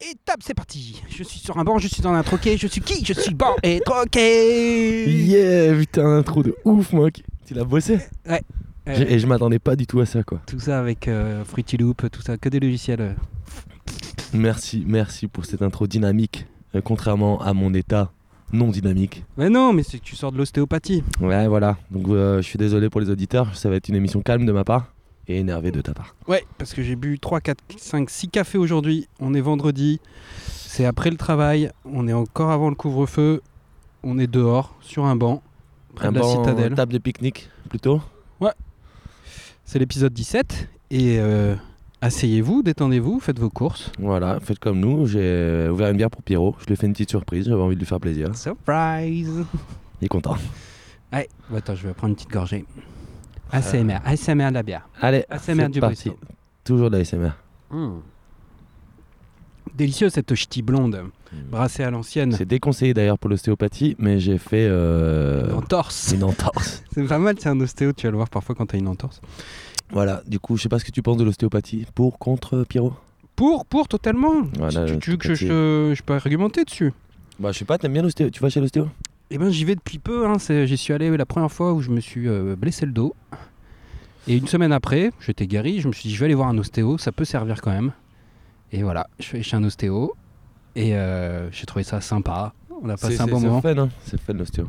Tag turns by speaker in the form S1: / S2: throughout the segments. S1: Étape, c'est parti. Je suis sur un banc, je suis dans un troquet, je suis qui Je suis banc et troquet.
S2: Yeah, putain, intro de ouf, mec. Tu l'as bossé
S1: Ouais.
S2: J'ai- Et je m'attendais pas du tout à ça, quoi.
S1: Euh, Tout ça avec euh, Fruity Loop, tout ça, que des logiciels. euh.
S2: Merci, merci pour cette intro dynamique. euh, contrairement à mon état non dynamique.
S1: Mais non, mais c'est que tu sors de l'ostéopathie.
S2: Ouais, voilà. Donc, euh, je suis désolé pour les auditeurs. Ça va être une émission calme de ma part et énervée de ta part.
S1: Ouais, parce que j'ai bu 3, 4, 5, 6 cafés aujourd'hui. On est vendredi. C'est après le travail. On est encore avant le couvre-feu. On est dehors, sur un banc, près de la
S2: banc,
S1: citadelle.
S2: table de pique-nique, plutôt.
S1: C'est l'épisode 17. Et euh, asseyez-vous, détendez-vous, faites vos courses.
S2: Voilà, faites comme nous. J'ai ouvert une bière pour Pierrot. Je lui ai fait une petite surprise. J'avais envie de lui faire plaisir.
S1: Surprise
S2: Il est content.
S1: Ouais, bah, attends, je vais prendre une petite gorgée. ASMR, ASMR de la bière.
S2: Allez,
S1: ASMR
S2: Euh. Ah, c'est
S1: du
S2: parti. Hmm.
S1: Brisson.
S2: Toujours de la SMR.
S1: Délicieux cette ch'ti blonde, brassée à l'ancienne,
S2: Hmm. C'est déconseillé d'ailleurs pour l'ostéopathie, mais j'ai fait euh,
S1: en torse.
S2: une entorse.
S1: C'est pas mal, c'est un ostéo, tu vas le voir parfois quand t'as une entorse.
S2: voilà, du coup, je sais pas ce que tu penses de l'ostéopathie. Pour, contre, Pierrot
S1: Pour, pour, totalement.
S2: Voilà,
S1: tu, tu veux que je,
S2: l'ostéopathie.
S1: je, je peux argumenter dessus
S2: Bah, je sais pas, t'aimes bien l'ostéo Tu vas chez l'ostéo
S1: Eh ben, j'y vais depuis peu. Hein. c'est- J'y suis allé la première fois où je me suis euh, blessé le dos. Et une semaine après, j'étais guéri. Je me suis dit, je vais aller voir un ostéo, ça peut servir quand même. Et voilà, je suis allé chez un ostéo. Et euh, j'ai trouvé ça sympa. On a passé un bon moment.
S2: fun, hein C'est fun l'ostéo.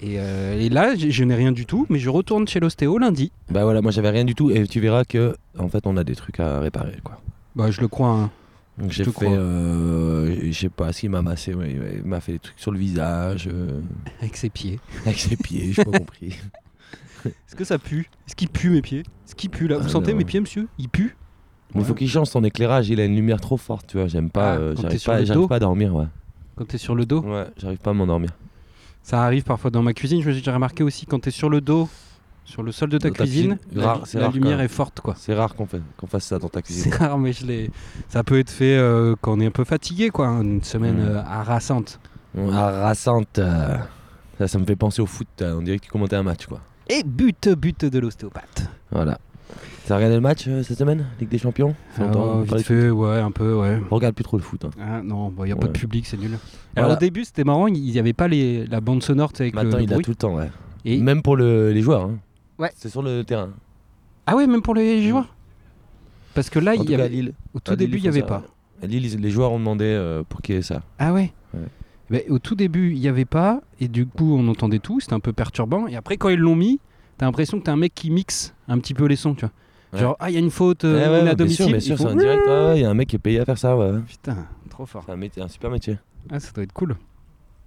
S1: Et, euh, et là, j'ai- je n'ai rien du tout, mais je retourne chez l'ostéo lundi.
S2: Bah voilà, moi j'avais rien du tout et tu verras que en fait on a des trucs à réparer quoi.
S1: Bah, je le crois. hein.
S2: Donc j'ai
S1: te
S2: fait,
S1: crois.
S2: euh, je sais pas, ce qu'il m'a massé, ouais, ouais, il m'a fait des trucs sur le visage, euh,
S1: Avec ses pieds.
S2: avec ses pieds, j'ai pas compris.
S1: Est-ce que ça pue Est-ce qu'il pue mes pieds Est-ce qu'il pue là Vous
S2: Ah,
S1: sentez
S2: non.
S1: mes pieds, monsieur Il pue
S2: Mais faut qu'il change son éclairage, il a une lumière trop forte, tu vois, j'aime pas,
S1: Ah,
S2: euh,
S1: quand t'es
S2: j'arrive
S1: sur
S2: pas,
S1: le
S2: j'arrive
S1: dos Oh.
S2: pas à dormir, ouais.
S1: quand t'es sur le dos.
S2: Ouais, j'arrive pas à m'endormir.
S1: Ça arrive parfois dans ma cuisine. Je me suis déjà remarqué aussi quand t'es sur le dos, sur le sol de ta
S2: Dans ta
S1: cuisine,
S2: cuisine,
S1: la,
S2: rare, c'est
S1: la
S2: rare, quand
S1: lumière
S2: même.
S1: est forte, quoi.
S2: C'est rare qu'on fait- qu'on fasse ça dans ta cuisine.
S1: C'est rare, mais je l'ai. Ça peut être fait euh, quand on est un peu fatigué, quoi. Une semaine
S2: Mm.
S1: euh, harassante.
S2: Harassante. Ah, euh, Ça, ça me fait penser au foot, euh, on dirait que tu commentais un match quoi.
S1: Et but, but de l'ostéopathe.
S2: Voilà. T'as regardé le match euh, cette semaine Ligue des Champions Ça fait longtemps, on
S1: Oh,
S2: parlait
S1: vite
S2: de
S1: fait, ouais, un peu, ouais.
S2: foot. On regarde plus trop le foot. hein.
S1: Ah, non, bon, il n'y a
S2: Ouais.
S1: pas de public, c'est nul.
S2: Voilà.
S1: Alors au début, c'était marrant, il n'y avait pas les, la bande sonore tu sais, avec le,
S2: Maintenant,
S1: le
S2: il a
S1: bruit.
S2: tout le temps, ouais.
S1: Et-
S2: Même pour le- les joueurs. hein.
S1: Ouais.
S2: C'est sur le terrain.
S1: Ah ouais, même pour les joueurs Parce que là,
S2: Mm. En
S1: il
S2: tout
S1: y
S2: cas,
S1: avait,
S2: Lille.
S1: au
S2: à
S1: tout
S2: Lille,
S1: début, il
S2: ils font
S1: n'y avait
S2: ça.
S1: pas.
S2: À Lille, ils- les joueurs ont demandé euh, pour qu'il y ait ça.
S1: Ah ouais,
S2: Ouais.
S1: Ben, Au tout début, il n'y avait pas, et du coup, on entendait tout, c'était un peu perturbant. Et après, quand ils l'ont mis, t'as l'impression que t'as un mec qui mixe un petit peu les sons, tu vois.
S2: Ouais.
S1: Genre, ah, il y a une faute, euh,
S2: Eh Ouais,
S1: on
S2: ouais,
S1: est à
S2: bien
S1: domicile.
S2: sûr, bien
S1: ils
S2: sûr, c'est
S1: font-
S2: un direct. ouais, ouais, Il y a un mec qui est payé à faire ça. ouais.
S1: Putain, trop fort.
S2: C'est un, métier- un super métier.
S1: Ah, ça doit être cool.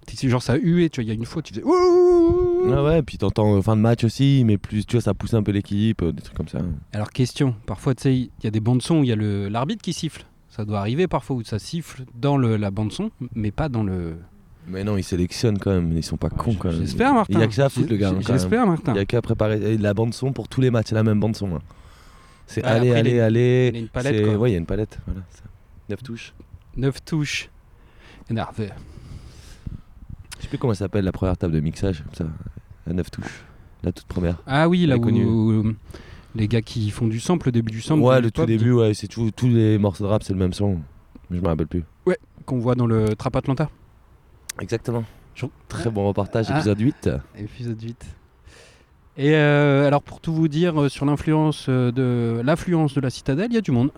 S1: Si c'est genre, ça a hué, tu vois, il y a une faute, tu fais. Ouh
S2: Ouais, ouais, puis t'entends euh, fin de match aussi, mais plus, tu vois, ça pousse un peu l'équipe, euh, des trucs comme ça.
S1: Alors question, parfois tu sais, il y a des bandes son où il y a le- l'arbitre qui siffle. Ça doit arriver parfois où ça siffle dans le, la bande son, mais pas dans le.
S2: Mais non, ils sélectionnent quand même, ils sont pas cons quand même.
S1: J'espère Martin.
S2: Il y a que ça à foutre, le gars. hein, quand même.
S1: J'espère Martin.
S2: Il y a qu'à préparer et la bande son pour tous les matchs, c'est la même bande son. hein. C'est
S1: Ah,
S2: aller,
S1: après, il
S2: aller,
S1: y a
S2: aller.
S1: il y a une palette,
S2: c'est-
S1: quoi.
S2: Ouais, il y a une palette. Voilà, ça. Neuf touches.
S1: 9 touches. Énervé.
S2: Je sais plus comment ça s'appelle la première table de mixage, comme ça. La neuf touches. La toute première.
S1: Ah oui, là
S2: Elle est
S1: où
S2: connue.
S1: euh, les gars qui font du sample, le début du sample.
S2: ouais,
S1: du
S2: le tout
S1: pop,
S2: début, ouais, c'est tout- tous les morceaux de rap, c'est le même son. Mais je me rappelle plus.
S1: Qu'on voit dans le Trap Atlanta.
S2: Exactement.
S1: Je-
S2: Très bon reportage,
S1: Ah.
S2: épisode 8.
S1: Épisode 8. Et euh, alors pour tout vous dire euh, sur l'influence euh, de l'affluence de la citadelle, il y a du monde.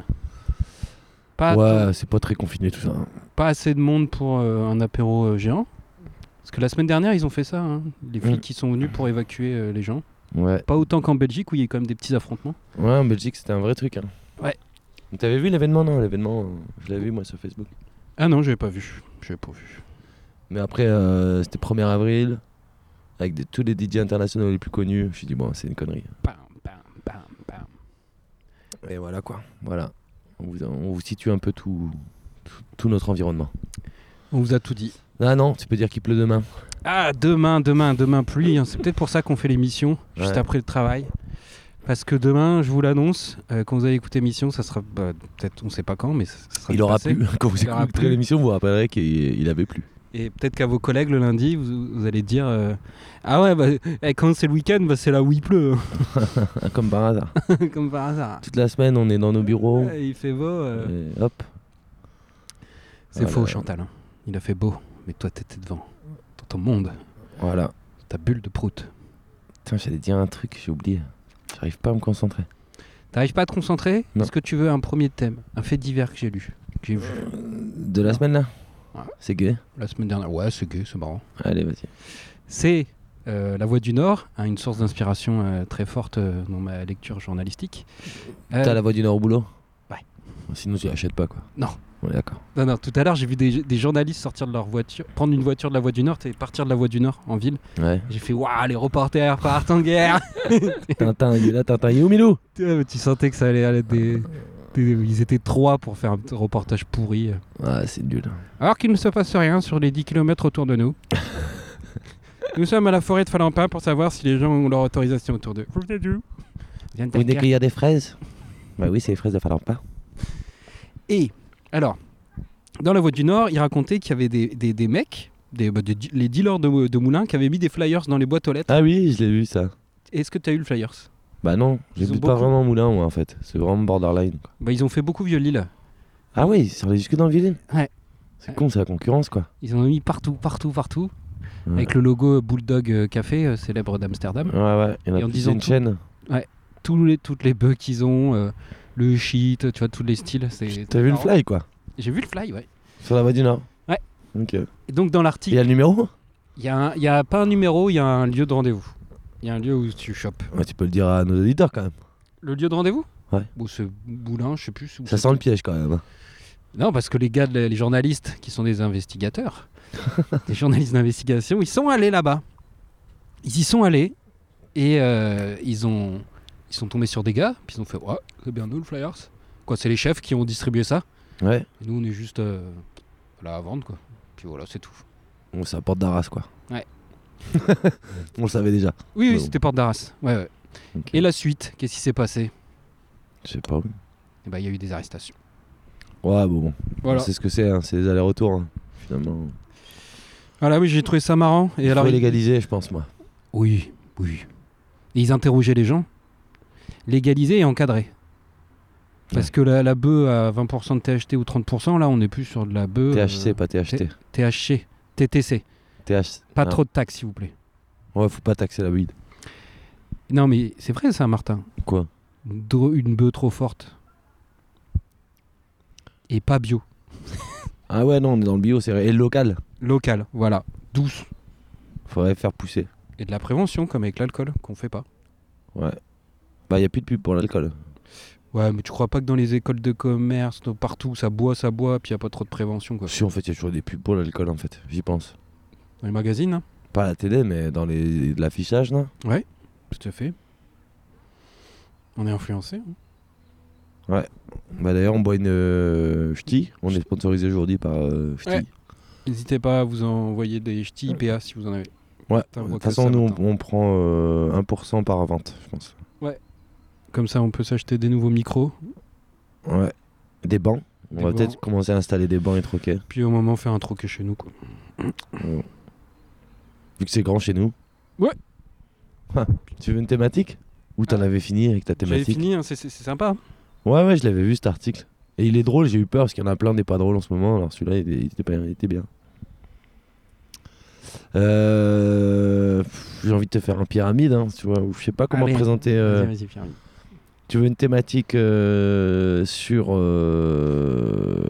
S1: Pas
S2: ouais, c'est pas très confiné tout ça. hein.
S1: pas assez de monde pour euh, un apéro euh, géant. Parce que la semaine dernière, ils ont fait ça. hein. Les flics qui sont venus pour évacuer euh, les gens.
S2: Ouais.
S1: Pas autant qu'en Belgique où il y a quand même des petits affrontements.
S2: Ouais, en Belgique, c'était un vrai truc. Hein.
S1: Ouais.
S2: Mais T'avais vu l'événement, non L'événement, euh, je l'avais vu moi sur Facebook.
S1: Ah non, j'avais pas vu. J'avais pas vu.
S2: Mais après, euh, c'était 1er avril, avec des- tous les DJ internationaux les plus connus. Je me suis dit, bon, c'est une connerie.
S1: Bam, bam, bam, bam.
S2: Et voilà quoi. Voilà. On vous, on vous situe un peu tout, tout, tout notre environnement.
S1: On vous a tout dit.
S2: Ah non, tu peux dire qu'il pleut demain.
S1: Ah, demain, demain, demain, pluie. hein. C'est peut-être pour ça qu'on fait l'émission juste
S2: Ouais.
S1: après le travail. Parce que demain, je vous l'annonce, euh, quand vous allez écouter l'émission, ça sera bah, peut-être, on sait pas quand, mais ça, ça sera
S2: Il aura
S1: passé.
S2: plu. Quand vous
S1: Il aura
S2: écouterez
S1: plu.
S2: l'émission, vous vous rappellerez qu'il il avait plu.
S1: Et peut-être qu'à vos collègues le lundi, vous, vous allez dire euh, Ah ouais, bah, eh, quand c'est le week-end, bah, c'est là où il pleut. hein.
S2: Ah, Comme par hasard.
S1: Comme par hasard. Eh,
S2: Toute la semaine, on est dans nos bureaux.
S1: Il fait beau. euh.
S2: Et hop.
S1: C'est
S2: Voilà.
S1: faux, Chantal. hein. Il a fait beau, mais toi, t'étais devant. Dans ton monde,
S2: Voilà.
S1: ta bulle de prout.
S2: Putain, j'allais dire un truc, j'ai oublié. J'arrive pas à me concentrer.
S1: T'arrives pas à te concentrer
S2: Non.
S1: Est-ce que tu veux un premier thème Un fait divers que j'ai lu que J'ai vu
S2: De la semaine là
S1: Ouais.
S2: C'est gay
S1: la semaine dernière. Ouais, c'est gay, c'est marrant.
S2: Allez, vas-y.
S1: C'est euh, La Voix du Nord, hein, une source d'inspiration euh, très forte euh, dans ma lecture journalistique. Euh,
S2: T'as la voix du Nord au boulot
S1: Ouais.
S2: Sinon, tu l'achètes pas quoi.
S1: Non.
S2: On est d'accord.
S1: Non, non, tout à l'heure, j'ai vu des, des journalistes sortir de leur voiture, prendre une voiture de la Voix du Nord et partir de la Voix du Nord en ville.
S2: Ouais.
S1: J'ai fait, waouh, les reporters partent en guerre
S2: Tintin, il est là, Tintin, il est où Milou
S1: Tu vois, Tu sentais que ça allait aller des, des- Ils étaient trois pour faire un petit reportage pourri.
S2: Ah, c'est nul.
S1: Alors qu'il ne se passe rien sur les 10 km autour de nous. nous sommes à la forêt de Falampin pour savoir si les gens ont leur autorisation autour d'eux. Vous venez d'où Je viens de
S2: Vous venez
S1: Dunkerque.
S2: cueillir des fraises Bah oui, c'est les fraises de Falampa.
S1: Et alors, dans la Voix du Nord, il racontait qu'il y avait des, des- des mecs, des, bah, des di- les dealers de, mou- de moulins, qui avaient mis des flyers dans les boîtes aux lettres.
S2: Ah oui, je l'ai vu ça.
S1: Est-ce que tu as eu le flyers
S2: Bah non,
S1: Ils ont
S2: j'écoute pas
S1: beaucoup.
S2: vraiment Moulin, moi en fait. C'est vraiment borderline. quoi.
S1: bah, Ils ont fait beaucoup vieux Lille.
S2: Ah oui, ça allait jusque dans le Villin
S1: Ouais.
S2: C'est con, c'est la concurrence quoi.
S1: Ils en ont mis partout, partout, partout.
S2: Ouais.
S1: Avec le logo Bulldog euh, Café, euh, célèbre d'Amsterdam.
S2: Ouais, ouais, il y en a
S1: Et en
S2: plus,
S1: disant
S2: c'est une
S1: tout.
S2: chaîne.
S1: tous les, toutes les bugs qu'ils ont, euh, le shit, tu vois, tous les styles. c'est-
S2: T'as vu le fly quoi
S1: J'ai vu le fly, ouais.
S2: Sur la voie du Nord
S1: Ouais.
S2: Ok. Et
S1: Et donc dans
S2: Il y
S1: l'article,
S2: a le numéro
S1: il n'y a, un- il y a pas un numéro, il y a un lieu de rendez-vous. Il y a un lieu où tu chopes.
S2: Ouais, tu peux le dire à nos auditeurs quand même.
S1: Le lieu de rendez-vous
S2: Ouais.
S1: Bon, ce boulin, je sais plus. où
S2: Ça
S1: c'est.
S2: sent le piège quand même. hein.
S1: Non, parce que les gars, les les journalistes qui sont des investigateurs, des journalistes d'investigation, ils sont allés là-bas. Ils y sont allés et euh, ils ont ils sont tombés sur des gars, puis ils ont fait Ouais, c'est bien nous le Flyers. Quoi, c'est les chefs qui ont distribué ça
S2: Ouais.
S1: Et nous, on est juste euh, là à vendre, quoi. Puis voilà, c'est tout.
S2: On s'apporte d'Arras quoi.
S1: Ouais.
S2: On le savait déjà.
S1: Oui, oui,
S2: Bon.
S1: c'était Porte d'Arras. Ouais, ouais.
S2: Ok.
S1: Et la suite, qu'est-ce qui s'est passé
S2: Je sais pas. oui.
S1: Eh ben, il y a eu des arrestations.
S2: Ouais, bon, bon.
S1: Voilà.
S2: C'est ce que c'est, hein, c'est les allers-retours hein, finalement.
S1: Voilà, Ah oui, j'ai trouvé ça marrant. Et
S2: Il
S1: alors,
S2: faut
S1: ils-
S2: légaliser, je pense moi.
S1: Oui, oui. Et ils interrogeaient les gens, légaliser et encadrer. Parce
S2: Ouais.
S1: que la, la bœuf à 20% de THT ou 30%, là, on n'est plus sur de la bœuf. euh,
S2: THC, pas THT.
S1: THC, TTC.
S2: THC.
S1: Pas
S2: Ah.
S1: trop de taxes, s'il vous plaît.
S2: Ouais, faut pas taxer la weed.
S1: Non, mais c'est vrai, ça, Martin.
S2: Quoi
S1: Une dro- Une bœuf trop forte. Et pas bio.
S2: Ah ouais, non, on est dans le bio, c'est vrai. Et le local,
S1: Local, voilà. Douce.
S2: faudrait faire pousser.
S1: Et de la prévention, comme avec l'alcool, qu'on fait pas.
S2: Ouais. Bah, y a plus de pub pour l'alcool.
S1: Ouais, mais tu crois pas que dans les écoles de commerce, dans- partout, ça boit, ça boit, puis y a pas trop de prévention, quoi.
S2: Si, en fait, y a toujours des pubs pour l'alcool, en fait, j'y pense.
S1: Dans les magazines, hein,
S2: Pas à la télé, mais dans les... de l'affichage, là.
S1: tout à fait. On est influencé. hein.
S2: Bah, d'ailleurs, on boit une euh, ch'ti. On est sponsorisé aujourd'hui par euh, ch'ti.
S1: Ouais. N'hésitez pas à vous envoyer des ch'tis IPA si vous en avez.
S2: Ouais.
S1: Putain, on
S2: De
S1: voit
S2: toute
S1: que
S2: façon,
S1: ça,
S2: nous, on,
S1: maintenant.
S2: on prend euh, 1% par vente, je pense.
S1: Comme ça, on peut s'acheter des nouveaux micros,
S2: Ouais. Des bancs. On
S1: Des
S2: va
S1: bancs.
S2: peut-être commencer à installer des bancs et troquer.
S1: puis au moment, faire un troquet chez nous, quoi.
S2: Vu que c'est grand chez nous.
S1: Ouais. Ah.
S2: Ah, tu veux une thématique Ou t'en avais fini avec ta
S1: J'avais
S2: thématique
S1: fini, hein, c'est c'est- c'est sympa. hein.
S2: Ouais, ouais, je l'avais vu cet article. Et il est drôle, j'ai eu peur parce qu'il y en a plein des pas drôles en ce moment. Alors celui-là, il, est- il était, pas- il était bien. Euh, pff, J'ai envie de te faire un pyramide, hein, tu vois. ou Je sais pas comment
S1: Allez.
S2: présenter. euh,
S1: Vas-y, vas-y, Pierre.
S2: tu veux une thématique euh, sur. euh,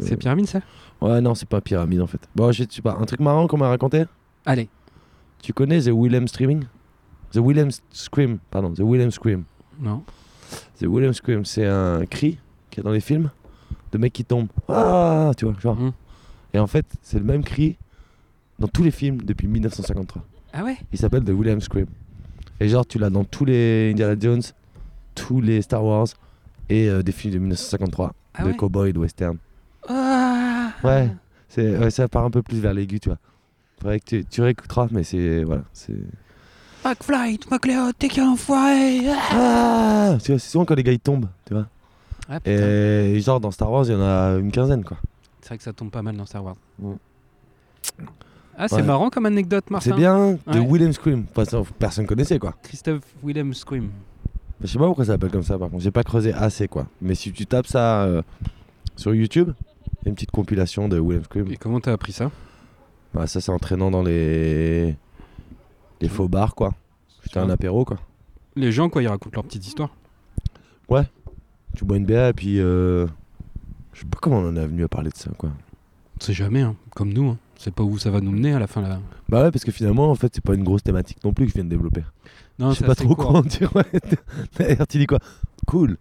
S1: C'est pyramide, ça
S2: Ouais, non, c'est pas pyramide en fait. Bon, je sais pas. Un truc marrant qu'on m'a raconté
S1: Allez.
S2: Tu connais The Willem Streaming The Willem Scream, pardon, The Willem Scream.
S1: Non.
S2: The William Scream, c'est un cri qu'il y a dans les films de mec qui tombe. Ah, tu vois, genre.
S1: Mhm.
S2: Et en fait, c'est le même cri dans tous les films depuis 1953.
S1: Ah ouais
S2: Il s'appelle The William Scream. Et genre, tu l'as dans tous les Indiana Jones, tous les Star Wars et euh, des films de 1953,
S1: Ah
S2: de
S1: ouais
S2: cowboy, de western.
S1: Ah
S2: Ouais, c'est ouais, ça part un peu plus vers l'aigu, tu vois. Faudrait que tu, tu réécouteras, mais c'est voilà, c'est
S1: McFly, McLeod, t'es quel enfoiré ah
S2: Ah Tu vois, c'est souvent quand les gars ils tombent, tu vois.
S1: Ah, putain.
S2: Et genre dans Star Wars, il y en a une quinzaine quoi.
S1: C'est vrai que ça tombe pas mal dans Star Wars.
S2: Mm.
S1: Ah, c'est
S2: Ouais.
S1: marrant comme anecdote, Martin.
S2: C'est bien
S1: Ouais.
S2: de William Scream. Enfin, ça, personne connaissait quoi.
S1: Christophe Willem Scream.
S2: Je sais pas pourquoi ça s'appelle comme ça par contre. J'ai pas creusé assez quoi. Mais si tu tapes ça euh, sur YouTube, une petite compilation de William Scream.
S1: Et comment t'as appris ça
S2: Bah, ça, c'est entraînant dans les... les faux bars, quoi. C'était un apéro, quoi.
S1: Les gens, quoi, ils racontent leurs petites histoires.
S2: Tu bois une bière et puis. euh, Je sais pas comment on en est venu à parler de ça, quoi.
S1: On sait jamais, hein, comme nous. Hein. On sait pas où ça va nous mener à la fin. Là.
S2: Bah ouais, parce que finalement, en fait, c'est pas une grosse thématique non plus que je viens de développer.
S1: Non,
S2: je sais
S1: c'est
S2: pas
S1: assez
S2: trop
S1: court.
S2: comment dire. Ouais. D'ailleurs, tu dis quoi Cool.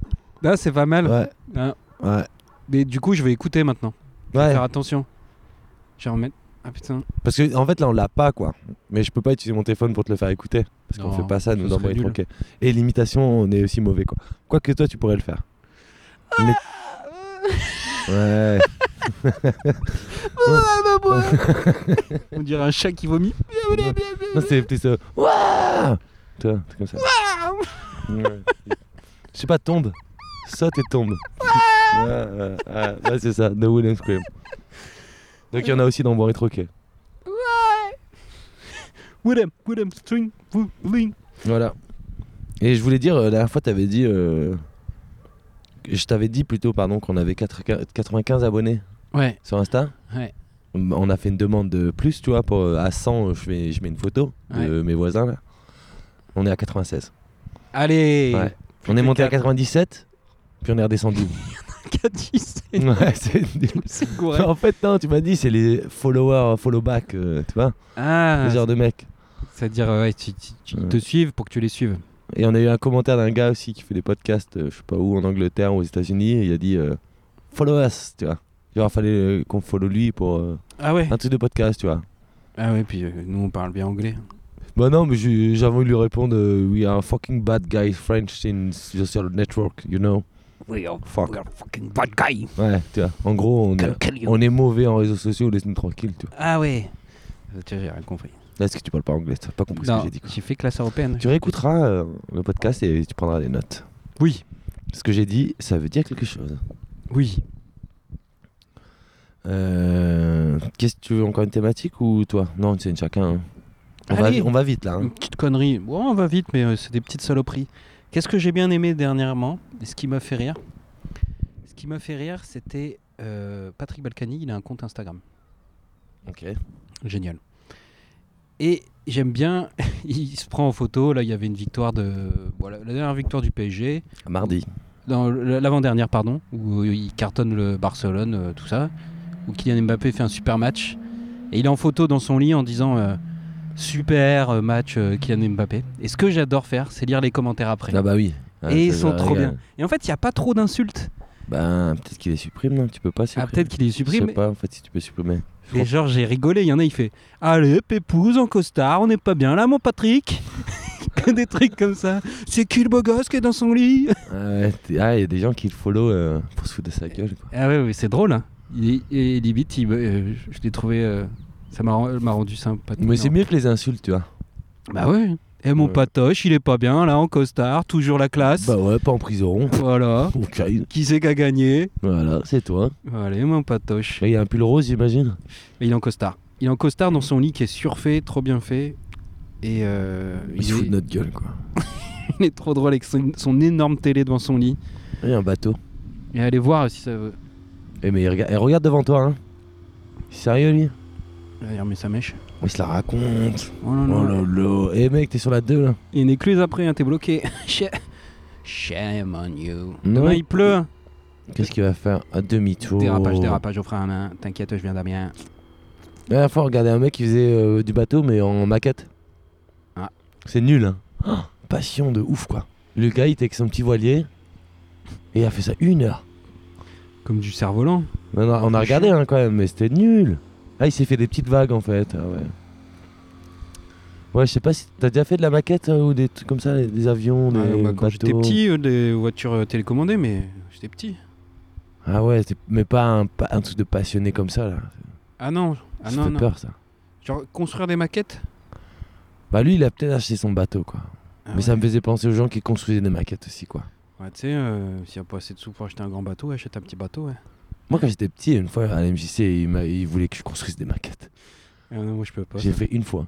S1: Ah, c'est pas mal.
S2: Ouais.
S1: Ah,
S2: Ouais.
S1: mais du coup, je vais écouter maintenant. Je vais
S2: Ouais.
S1: Faire attention. Je vais remettre. Ah putain.
S2: Parce que en fait, là, on l'a pas, quoi. Mais je peux pas utiliser mon téléphone pour te le faire écouter. Parce qu'on
S1: Non,
S2: fait pas ça, nous,
S1: ce
S2: dans
S1: serait
S2: Bruit
S1: nul.
S2: Troquet. Et l'imitation, on est aussi mauvais, quoi. Quoique toi, tu pourrais le faire. Mais- Ouais.
S1: On dirait un chat qui vomit.
S2: Non, c'est plus. euh, Ouah Tu vois, un truc comme ça. Ouais. Je sais pas, tombe. Saute et tombe. Ouais, ouais, ouais, ouais, c'est ça, The Wooden Scream. Donc il y en a aussi dans Bois et Troquet.
S1: Willem, Willem, string, Willem.
S2: Voilà. Et je voulais dire, euh, la dernière fois, t'avais dit. euh, Je t'avais dit plutôt, pardon, qu'on avait 4 95 abonnés
S1: Ouais,
S2: sur Insta.
S1: Ouais.
S2: On on a fait une demande de plus, tu vois, pour, euh, à 100, je mets, je mets une photo de mes voisins, là. On est à 96.
S1: allez.
S2: Ouais. On est monté à 97, puis on est redescendu.
S1: 90.
S2: ouais, c'est nul.
S1: C'est quoi
S2: En fait, non, tu m'as dit, c'est les followers, follow back, euh, tu vois,
S1: Ah,
S2: ce genre de mecs.
S1: c'est-à-dire, ouais, tu, tu- tu- ils
S2: Ouais.
S1: te suivent pour que tu les suives.
S2: Et on a eu un commentaire d'un gars aussi qui fait des podcasts, euh, je sais pas où, en Angleterre ou aux États-Unis, et il a dit euh, follow us, tu vois. Genre, fallait euh, qu'on follow lui pour euh,
S1: Ah ouais
S2: un truc de podcast, tu vois.
S1: Ah ouais, puis euh, nous, on parle bien anglais.
S2: Bah non, mais j'ai- j'avais envie de lui répondre euh, We are fucking bad guys French in social network, you know.
S1: We are,
S2: Fuck.
S1: fucking bad guy.
S2: Ouais, tu vois. En gros, on est,
S1: kill
S2: on est mauvais en réseaux sociaux, laisse-nous tranquille, tu vois.
S1: Ah ouais. Euh, Tiens, j'ai rien compris.
S2: Là, est-ce que tu parles pas anglais T'as pas compris ce
S1: Non,
S2: que j'ai dit, quoi.
S1: j'ai fait classe européenne.
S2: Tu réécouteras euh, le podcast et tu prendras des notes.
S1: Oui,
S2: Ce que j'ai dit, ça veut dire quelque chose.
S1: oui.
S2: Euh, Qu'est-ce que tu veux encore une thématique ou toi Non, c'est une chacun. hein. On, va,
S1: Allez.
S2: on va vite là. hein.
S1: Une petite connerie. Bon, on va vite, mais euh, c'est des petites saloperies. Qu'est-ce que j'ai bien aimé dernièrement et Ce qui m'a fait rire. Ce qui m'a fait rire, c'était euh, Patrick Balkany. Il a un compte Instagram.
S2: Ok.
S1: Génial. Et j'aime bien, il se prend en photo. Là, il y avait une victoire de. Voilà, la dernière victoire du PSG.
S2: À Mardi.
S1: dans l- l'avant-dernière pardon, où euh, il cartonne le Barcelone, euh, tout ça, où Kylian Mbappé fait un super match. Et il est en photo dans son lit en disant euh, super euh, match euh, Kylian Mbappé. Et ce que j'adore faire, c'est lire les commentaires après.
S2: Ah bah oui. Ah,
S1: Et ils
S2: ça,
S1: sont
S2: ça
S1: trop
S2: régale.
S1: bien. Et en fait, il n'y a pas trop d'insultes.
S2: Bah peut-être qu'il les supprime, non Tu peux pas supprimer.
S1: Ah, peut-être qu'il les
S2: Je
S1: supprime.
S2: sais pas en fait si tu peux supprimer.
S1: Et genre, j'ai rigolé. Il y en a, il fait Allez, pépouze en costard, on n'est pas bien là, mon Patrick. Que des trucs comme ça. C'est qui le beau gosse qui est dans son lit
S2: Ah ouais, t'es- ah, il y a des gens qui le follow euh, pour se foutre de sa gueule. quoi.
S1: Ah ouais, ouais, c'est drôle. hein. Il, et limite, il me- euh, je l'ai trouvé. euh, ça m'a ren- m'a rendu sympa.
S2: Mais c'est
S1: Non.
S2: mieux que les insultes, tu vois.
S1: Bah ouais. Et mon
S2: Ouais.
S1: patoche, il est pas bien là en costard, toujours la classe.
S2: Bah ouais, pas en prison.
S1: Voilà.
S2: Ok.
S1: Qui c'est qui a gagné
S2: Voilà, c'est toi.
S1: Allez, mon patoche.
S2: Là, Il y a un pull rose, j'imagine.
S1: Mais il est en costard. Il est en costard dans son lit qui est surfait, trop bien fait. Et euh,
S2: Il
S1: il,
S2: se fout de
S1: est,
S2: notre gueule, quoi.
S1: il est trop drôle avec son, son énorme télé devant son lit.
S2: Il y a un bateau.
S1: Et allez voir si ça veut.
S2: Eh mais il regarde, eh, regarde devant toi, hein. Sérieux lui
S1: D'ailleurs, mais ça mèche.
S2: Il se la raconte.
S1: Oh là là.
S2: Oh là là. Eh mec, t'es sur la 2 là.
S1: Il y a une écluse après, hein, t'es bloqué. Sh- Shame on you.
S2: Non.
S1: Demain, il pleut.
S2: Qu'est-ce qu'il va faire À demi-tour.
S1: Dérapage, dérapage au frein à main. T'inquiète, je viens d'Amiens.
S2: La dernière fois, on regardait un mec qui faisait euh, du bateau mais en maquette.
S1: Ah.
S2: C'est nul, hein. Ah, passion de ouf quoi. Le gars, il était avec son petit voilier et il a fait ça une heure.
S1: Comme du cerf-volant.
S2: On a, on a regardé hein, quand même, mais c'était nul. Ah, il s'est fait des petites vagues en fait. Ah, ouais. Ouais, je sais pas si t'as déjà fait de la maquette euh, ou des trucs comme ça, des, des avions, des
S1: Ah, bah, quand j'étais
S2: bateaux.
S1: petit, euh, des voitures euh, télécommandées, mais j'étais petit.
S2: Ah ouais, c'est- mais pas un, pa- un truc de passionné comme ça là.
S1: Ah non, ah
S2: ça
S1: non,
S2: fait
S1: non.
S2: peur ça.
S1: Genre construire des maquettes
S2: Bah lui, il a peut-être acheté son bateau quoi.
S1: Ah
S2: mais
S1: ouais.
S2: ça me faisait penser aux gens qui construisaient des maquettes aussi quoi.
S1: Ouais, tu sais, euh, s'il n'y a pas assez de sous pour acheter un grand bateau, achète un petit bateau. Ouais.
S2: Moi, quand j'étais petit, une fois à la MJC, il, m'a- il voulait que je construise des maquettes.
S1: Ah non, moi, je peux pas.
S2: J'ai fait une fois.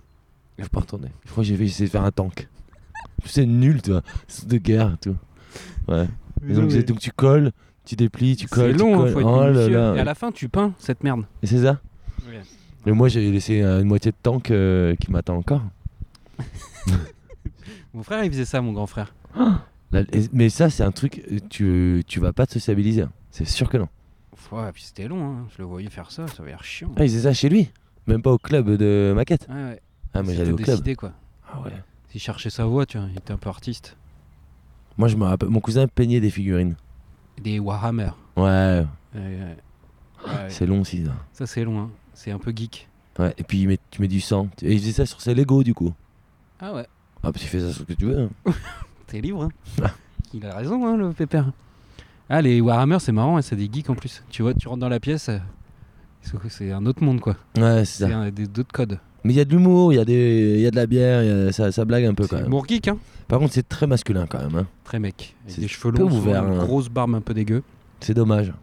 S2: Je suis pas retourné. Je crois que j'ai fait- j'ai essayé de faire un tank. C'est nul, tu vois. C'est de guerre, et tout. Ouais. Et donc, c'est- donc tu colles, tu déplies, tu colles.
S1: C'est
S2: tu
S1: long, hein,
S2: colles.
S1: faut être
S2: Oh là
S1: minutieux.
S2: là.
S1: Et à la fin, tu peins cette merde.
S2: Et c'est ça Mais moi, j'ai laissé euh, une moitié de tank euh, qui m'attend encore.
S1: Mon frère, il faisait ça, mon grand frère.
S2: Là, et- mais ça, c'est un truc, euh, tu, tu vas pas te sociabiliser. hein. C'est sûr que non.
S1: Ouais, puis c'était long, hein. je le voyais faire ça, ça avait l'air chiant.
S2: Ah, il faisait ça chez lui. Même pas au club de maquette.
S1: Ouais, ouais.
S2: Ah, mais
S1: C'était
S2: j'allais au club.
S1: décidé, quoi.
S2: Ah ouais.
S1: Il cherchait sa voix, tu vois, il était un peu artiste.
S2: Moi, je me rappelle, mon cousin peignait des figurines.
S1: Des Warhammer.
S2: Ouais,
S1: Ouais, ouais. Ouais,
S2: c'est long aussi. Ça.
S1: Ça, c'est long, hein. c'est un peu geek.
S2: Ouais, et puis il met- tu mets du sang. Et il faisait ça sur ses Lego du coup.
S1: Ah ouais,
S2: Ah, puis tu fais ça sur ce que tu veux. hein.
S1: t'es libre. hein. il a raison, hein, le pépère. Ah, les Warhammer, c'est marrant, hein, c'est des geeks en plus. Tu vois, tu rentres dans la pièce, euh, c'est- c'est un autre monde, quoi.
S2: Ouais, c'est
S1: C'est
S2: ça.
S1: un- des- d'autres codes.
S2: Mais il y a de l'humour, il y, a des- il y a de la bière, il y a- ça, ça blague un peu quand
S1: C'est
S2: même.
S1: humour geek, hein.
S2: Par contre, c'est très masculin quand même. hein.
S1: Très mec. Avec
S2: C'est
S1: des cheveux
S2: peu
S1: longs,
S2: ouvert,
S1: souvent, une
S2: hein.
S1: grosse barbe un peu dégueu.
S2: C'est dommage.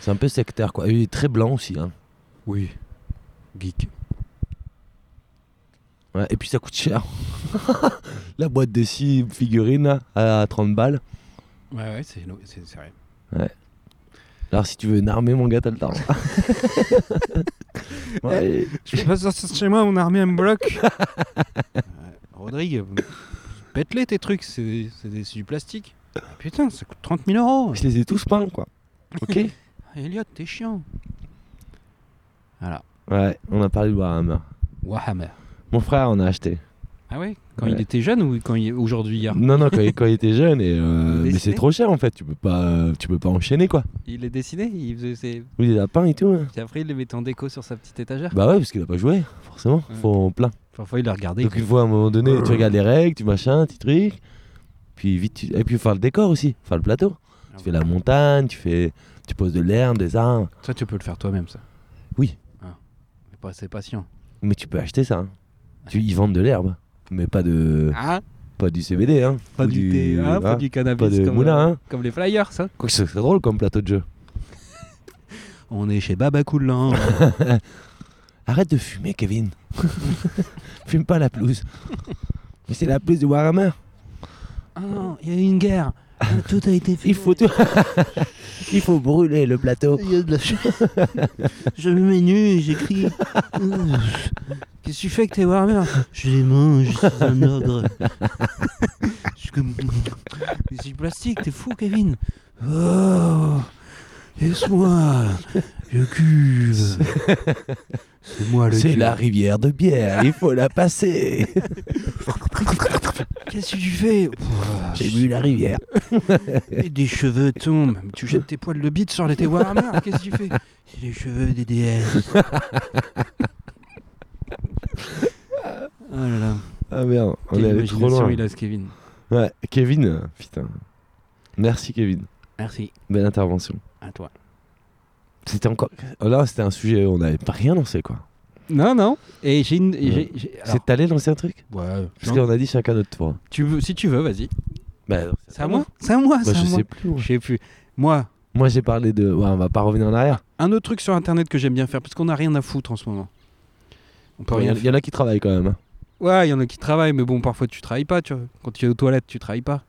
S2: C'est un peu sectaire quoi. Et il est très blanc aussi. hein.
S1: Oui. Geek.
S2: Ouais, et puis ça coûte cher. la boîte de 6 figurines à 30 balles.
S1: Ouais, ouais, c'est no- c'est- c'est vrai.
S2: Alors si tu veux une armée, mon gars, t'as le temps. Ouais.
S1: Je peux pas sortir de chez moi, mon armée elle me bloque. Euh, Rodrigue, euh, pète-les tes trucs, c'est c'est des- c'est du plastique. Ah, Putain, ça coûte 30 000 euros.
S2: Je les ai tous peints quoi. Ok
S1: Ah, Elliot, t'es chiant. Voilà,
S2: Ouais, on a parlé de Warhammer.
S1: Warhammer.
S2: Mon frère en a acheté.
S1: Ah ouais Mm. Quand
S2: Ouais.
S1: il était jeune ou quand il aujourd'hui hier
S2: Non, non, quand il, quand il était jeune. Et, euh, mais
S1: Dessiné
S2: c'est trop cher en fait, tu peux pas, euh, tu peux pas enchaîner quoi.
S1: Il les dessinait, il faisait ses...
S2: Oui, des lapins et tout. hein.
S1: Puis après, il les mettait en déco sur sa petite étagère.
S2: Bah ouais, parce qu'il a pas joué, forcément.
S1: Ouais.
S2: Faut en plein.
S1: Parfois, il les regardait.
S2: Donc une fois, à un moment donné, tu regardes les règles, tu machins, tu trucs. Puis vite, tu... et puis faire le décor aussi, faire le plateau. Tu fais la montagne, tu fais, tu poses de l'herbe, des arbres.
S1: Ça, tu peux le faire toi-même, ça.
S2: Oui.
S1: Ah. Mais pas assez patient.
S2: Mais tu peux acheter ça. hein. Tu ils vendent de l'herbe, mais pas de,
S1: Ah
S2: pas du CBD, hein.
S1: Pas
S2: Ou
S1: du, thé, hein, pas
S2: hein.
S1: du cannabis.
S2: pas de
S1: comme,
S2: moulin,
S1: euh,
S2: hein.
S1: comme les flyers, ça.
S2: Quoi que ce serait drôle comme plateau de jeu.
S1: On est chez hein. Babacoulan.
S2: Arrête de fumer, Kevin. Fume pas la pelouse. Mais c'est la pelouse de Warhammer.
S1: Ah non, il y a eu une guerre. Ah, Tout a été fait.
S2: Il faut tout. Il faut brûler le plateau.
S1: Il y a de la Je me mets nu et j'écris. Ouh. Qu'est-ce que tu fais avec tes Warhammer Je les mange, je suis un ogre. Je suis comme- Mais c'est du plastique, t'es fou, Kevin. Oh, laisse-moi. Je cuve. C'est moi le
S2: C'est
S1: cul.
S2: la rivière de bière. Il faut la passer.
S1: Qu'est-ce que tu fais
S2: J'ai bu la rivière.
S1: Et des cheveux tombent. Mais Tu jettes tes poils de bite sur les tes Warhammer. Qu'est-ce que tu fais C'est les cheveux des déesses. oh là là.
S2: Ah merde, on
S1: Quelle
S2: est allé trop
S1: imagination
S2: loin.
S1: il a, ce Kevin.
S2: Ouais, Kevin, euh, putain. Merci Kevin.
S1: Merci.
S2: Belle intervention.
S1: À toi.
S2: C'était encore. oh là, c'était un sujet. On n'avait pas rien lancé quoi.
S1: Non, non. Et j'ai une. et j'ai- j'ai- alors-
S2: C'est t'allais lancer un truc
S1: Ouais,
S2: Parce
S1: non.
S2: qu'on a dit chacun notre tour.
S1: tu veux, si tu veux, vas-y.
S2: Bah, alors,
S1: C'est à moi C'est à moi,
S2: Bah,
S1: c'est à
S2: je
S1: moi.
S2: sais plus. ouais.
S1: Je sais plus. Moi,
S2: Moi j'ai parlé de. Ouais, on va pas revenir en arrière.
S1: un autre truc sur internet que j'aime bien faire, parce qu'on n'a rien à foutre en ce moment. On peut
S2: Il y,
S1: rien
S2: en- il y en a qui travaillent quand même. hein.
S1: Ouais, il y en a qui travaillent, mais bon, parfois tu travailles pas, tu vois. Quand tu es aux toilettes, tu travailles pas.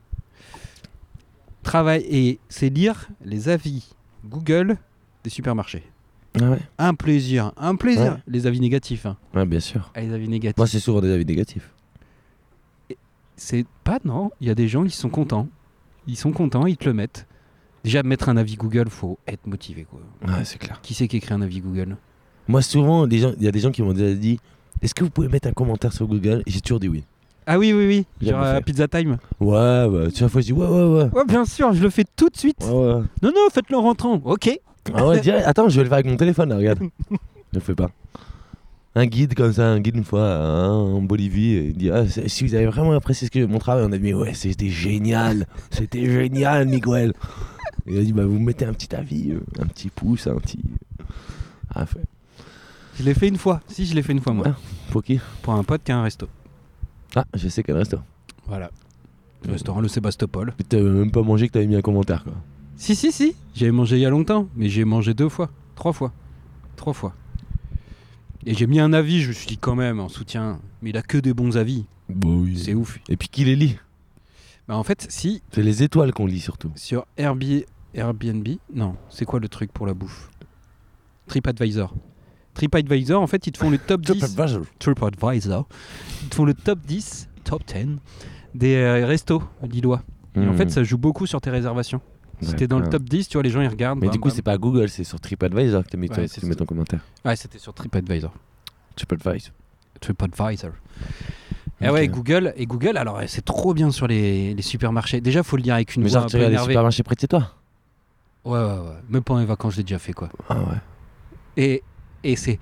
S1: Travail, et c'est lire les avis Google des supermarchés.
S2: Ah ouais.
S1: Un plaisir, un plaisir.
S2: Ouais.
S1: Les avis négatifs, hein.
S2: Ouais, bien sûr.
S1: Ah, les avis
S2: Moi,
S1: négatifs.
S2: c'est souvent des avis négatifs.
S1: C'est pas non, il y a des gens qui sont contents. Ils sont contents, ils te le mettent. Déjà, mettre un avis Google, faut être motivé, quoi.
S2: Ouais, c'est clair.
S1: Qui c'est qui écrit un avis Google
S2: Moi, souvent, des gens- il y a des gens qui m'ont déjà dit Est-ce que vous pouvez mettre un commentaire sur Google Et j'ai toujours dit oui.
S1: Ah oui, oui, oui.
S2: J'aime
S1: Genre
S2: le faire.
S1: euh, Pizza Time.
S2: Ouais, bah, chaque fois, je dis Ouais, ouais, ouais.
S1: Ouais, bien sûr, je le fais tout de suite.
S2: Ouais, ouais.
S1: Non, non, faites-le en rentrant. Ok.
S2: Ah ouais, direct. Attends, je vais le faire avec mon téléphone, là, regarde. Je le fais pas. Un guide comme ça, un guide une fois hein, en Bolivie, et il dit Ah, c'est- si vous avez vraiment apprécié ce que mon travail, on a dit ouais c'était génial, c'était génial Miguel. Et il a dit bah vous mettez un petit avis, euh, un petit pouce, un petit. Ah fait.
S1: Je l'ai fait une fois. Si, je l'ai fait une fois, moi.
S2: Ah, pour qui
S1: Pour un pote qui a un resto.
S2: Ah je sais quel resto.
S1: Voilà. Le restaurant Le Sébastopol.
S2: Mais t'avais même pas mangé que t'avais mis un commentaire quoi.
S1: Si, si, si. J'avais mangé il y a longtemps, mais j'ai mangé deux fois. Trois fois. Trois fois. Et j'ai mis un avis, je me suis dit quand même, en soutien. Mais il a que des bons avis.
S2: Bon,
S1: C'est ouf.
S2: Et puis qui les lit
S1: Bah en fait, si,
S2: C'est les étoiles qu'on lit surtout.
S1: sur Airbnb, Airbnb Non, c'est quoi le truc pour la bouffe TripAdvisor. TripAdvisor, en fait, ils te font le top 10.
S2: TripAdvisor.
S1: TripAdvisor. Ils te font le top 10, top 10 des euh, restos lillois. Et
S2: Hmm.
S1: en fait, ça joue beaucoup sur tes réservations. Si t'es dans le top 10, tu vois, les gens ils regardent. bah,
S2: Mais
S1: bam,
S2: du coup,
S1: bam.
S2: c'est pas Google, c'est sur TripAdvisor que tu mets,
S1: Ouais,
S2: ton-
S1: c'est
S2: tu mets
S1: ça.
S2: ton commentaire.
S1: Ouais, ah, c'était sur TripAdvisor.
S2: TripAdvisor.
S1: TripAdvisor. Et
S2: Ok.
S1: ouais, Google, et Google, alors euh, c'est trop bien sur les, les supermarchés. Déjà, faut le dire avec une
S2: Mais
S1: voix
S2: genre,
S1: un
S2: tu
S1: peu
S2: regardes les
S1: énervée.
S2: supermarchés près de chez toi
S1: Ouais, ouais, ouais. Même pendant les vacances, j'ai déjà fait quoi.
S2: Ah ouais.
S1: Et, et c'est.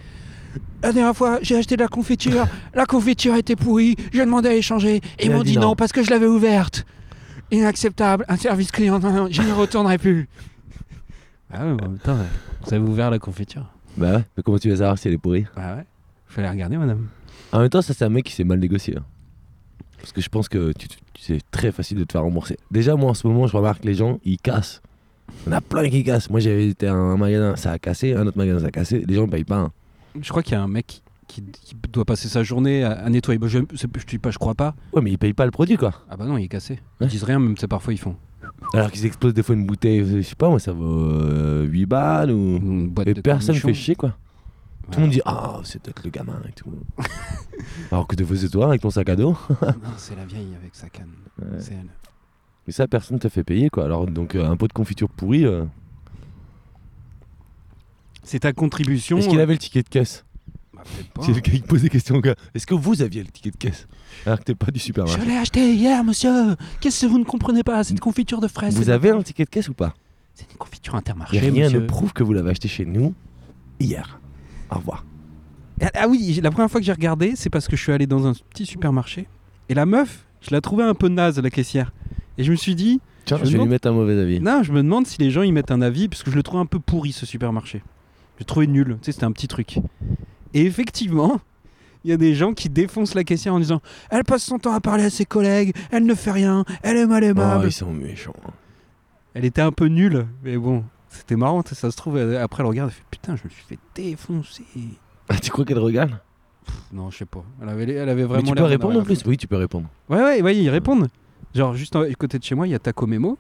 S1: La dernière fois, j'ai acheté de la confiture. la confiture était pourrie. J'ai demandé à échanger. Ils
S2: Il a
S1: m'ont
S2: dit
S1: dit non.
S2: non.
S1: parce que je l'avais ouverte. Inacceptable. Un service client. Non, non, je n'y retournerai plus. Ah ouais, en même temps, vous avez ouvert la confiture.
S2: Bah ouais, mais comment tu vas savoir si elle est pourrie
S1: Ah ouais. Fallait regarder, madame.
S2: En même temps, ça, c'est un mec qui s'est mal négocié. hein. Parce que je pense que tu, tu- c'est très facile de te faire rembourser. Déjà, moi, en ce moment, je remarque les gens, ils cassent. On a plein qui cassent. Moi, j'avais été à un magasin, ça a cassé. Un autre magasin, ça a cassé. Les gens ne payent pas. hein.
S1: Je crois qu'il y a un mec qui, qui doit passer sa journée à, à nettoyer. Bah, Je, c'est- je dis pas, je crois pas.
S2: Ouais, mais ils payent pas le produit, quoi.
S1: Ah bah non, il est cassé. Ils
S2: Ouais.
S1: disent rien, même si parfois ils font.
S2: Alors qu'ils explosent des fois une bouteille, je sais pas, moi, ça vaut euh, 8 balles ou.
S1: Une boîte
S2: Et
S1: de
S2: personne
S1: cornichons.
S2: fait chier, quoi. Tout
S1: Voilà.
S2: le monde dit Ah, c'est peut-être le gamin et tout. Alors que des fois, c'est toi avec ton sac à dos.
S1: Non, c'est la vieille avec sa canne.
S2: Ouais.
S1: C'est elle.
S2: Mais ça, personne te fait payer, quoi. Alors, donc, euh, un pot de confiture pourri. euh,
S1: C'est ta contribution. euh,
S2: Est-ce qu'il avait le ticket de caisse
S1: Bah, peut-être pas.
S2: C'est le gars qui pose des questions au gars. Est-ce que vous aviez le ticket de caisse Alors que t'es pas du
S1: Je
S2: supermarché.
S1: l'ai acheté hier, monsieur. Qu'est-ce que vous ne comprenez pas C'est une confiture de fraises.
S2: Vous
S1: c'est-
S2: avez un ticket de caisse ou pas
S1: C'est une confiture intermarché,
S2: Rien
S1: monsieur.
S2: ne prouve que vous l'avez acheté chez nous hier. Au revoir.
S1: Ah, ah oui, j'ai- la première fois que j'ai regardé, c'est parce que je suis allé dans un petit supermarché. Et la meuf, je la trouvais un peu naze, la caissière. Et je me suis dit,
S2: Tiens,
S1: Je
S2: je vais lui
S1: demande-
S2: mettre un mauvais avis.
S1: non, je me demande si les gens y mettent un avis, parce que je le trouve un peu pourri, ce supermarché. Je le trouvais nul, tu sais, c'était un petit truc. Et effectivement, il y a des gens qui défoncent la caissière en disant Elle passe son temps à parler à ses collègues, elle ne fait rien, elle est mal
S2: Oh,
S1: aimable.
S2: ils sont méchants.
S1: Elle était un peu nulle, mais bon, c'était marrant, ça ça se trouve, elle- après elle regarde, elle fait putain, je me suis fait défoncer.
S2: Ah, tu crois qu'elle regarde
S1: Pff, Non, je sais pas. Elle avait, elle avait
S2: Mais
S1: vraiment
S2: tu peux
S1: l'air d'en
S2: répondre
S1: avoir
S2: en plus Oui, tu peux répondre.
S1: la- Ouais, ouais, ouais, ils répondent. Genre, juste à côté de chez moi, il y a Taco Memo.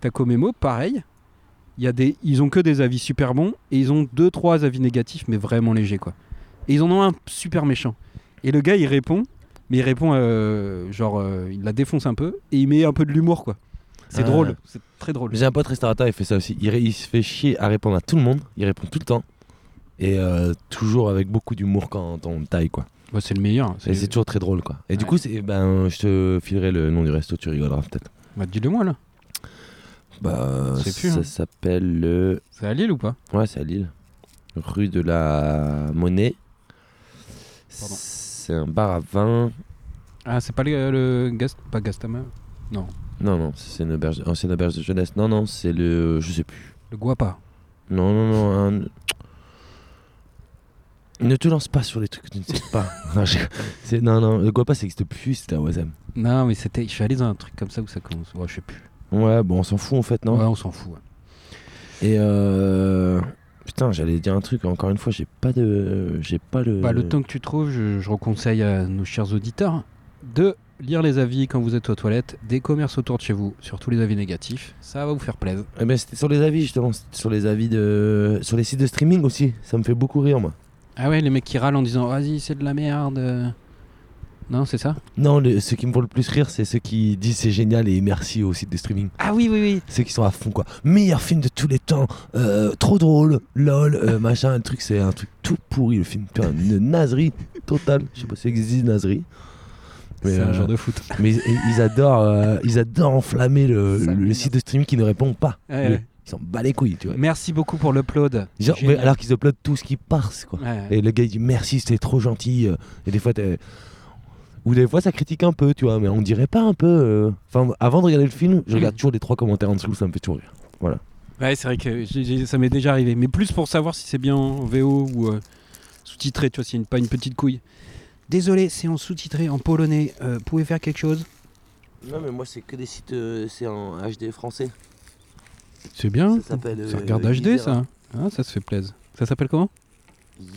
S1: Taco Memo, pareil. Il Y a des, ils ont que des avis super bons et ils ont deux trois avis négatifs, mais vraiment légers, quoi. Et ils en ont un super méchant. Et le gars, il répond, mais il répond, euh, genre, euh, il la défonce un peu et il met un peu de l'humour, quoi. C'est
S2: Ah.
S1: drôle, c'est très drôle.
S2: J'ai un pote restaurateur, il fait ça aussi. Il, ré- il se fait chier à répondre à tout le monde. Il répond tout le temps. Et euh, toujours avec beaucoup d'humour quand on le taille, quoi.
S1: Bah, c'est le meilleur.
S2: Et c'est toujours très drôle, quoi. Et du
S1: Ouais.
S2: coup, c'est- ben, je te filerai le nom du resto, tu rigoleras peut-être.
S1: Bah, dis-le moi là.
S2: Bah,
S1: Je sais plus,
S2: ça
S1: hein.
S2: s'appelle le.
S1: C'est à Lille ou pas
S2: Ouais, c'est à Lille. Rue de la Monnaie.
S1: Pardon.
S2: C'est un bar à vin.
S1: Ah, c'est pas le, le Gast... pas Gastama,
S2: Non, non, c'est une auberge, oh, c'est une auberge de jeunesse. Non, non, c'est le. Je sais plus.
S1: le Guapa.
S2: Non, non, non. un- Ne te lance pas sur les trucs que tu ne sais pas. non, je- c'est- non, non, le Guapa, ça n'existe plus, c'était à Wazam.
S1: Non, mais c'était, je suis allé dans un truc comme ça où ça commence. Ouais, je sais plus.
S2: Ouais, bon, on s'en fout en fait, non
S1: Ouais, on s'en fout. ouais.
S2: Et euh... Putain, j'allais dire un truc, encore une fois, j'ai pas de. J'ai pas le.
S1: Bah, le temps que tu trouves, je, je reconseille à nos chers auditeurs de lire les avis quand vous êtes aux toilettes des commerces autour de chez vous, surtout les avis négatifs. Ça va vous faire plaisir.
S2: Eh ben, c'était sur les avis, justement. C'était sur les avis de. Sur les sites de streaming aussi. Ça me fait beaucoup rire, moi.
S1: Ah ouais, les mecs qui râlent en disant vas-y, c'est de la merde. euh. Non, c'est ça
S2: Non, le- ceux qui me font le plus rire, c'est ceux qui disent c'est génial et merci aux sites de streaming.
S1: Ah oui, oui, oui.
S2: Ceux qui sont à fond, quoi. Meilleur film de tous les temps. euh, trop drôle. LOL. euh, machin. Le truc, c'est un truc tout pourri, le film. Putain, une naserie totale. Je sais pas si ça existe, naserie. Mais,
S1: c'est un
S2: euh,
S1: genre de foot.
S2: mais ils, ils adorent, euh, ils adorent enflammer le,
S1: Ça
S2: le- le
S1: m'énerve.
S2: site de streaming qui ne répond pas.
S1: Ouais,
S2: Le-
S1: ouais.
S2: Ils s'en battent les couilles, tu vois.
S1: Merci beaucoup pour l'upload.
S2: Genre, mais
S1: Génial.
S2: alors qu'ils uploadent tout ce qui passe, quoi.
S1: Ouais.
S2: Et le gars il dit merci, c'était trop gentil. euh, Et des fois, t'es- ou des fois ça critique un peu, tu vois, mais on dirait pas un peu. euh. Enfin, avant de regarder le film, je
S1: Mm.
S2: regarde toujours les trois commentaires en dessous, ça me fait toujours rire.
S1: Ouais, c'est vrai que j'ai- j'ai- ça m'est déjà arrivé, mais plus pour savoir si c'est bien en VO ou euh, sous-titré, tu vois, s'il n'y a une- pas une petite couille. Désolé, c'est en sous-titré, en polonais. Euh, pouvez faire quelque chose
S2: Non, mais moi c'est que des sites, euh, c'est en HD français.
S1: C'est bien.
S2: s'appelle.
S1: Ça euh, regarde HD, ça. Hein, ça se fait plaisir. Ça s'appelle comment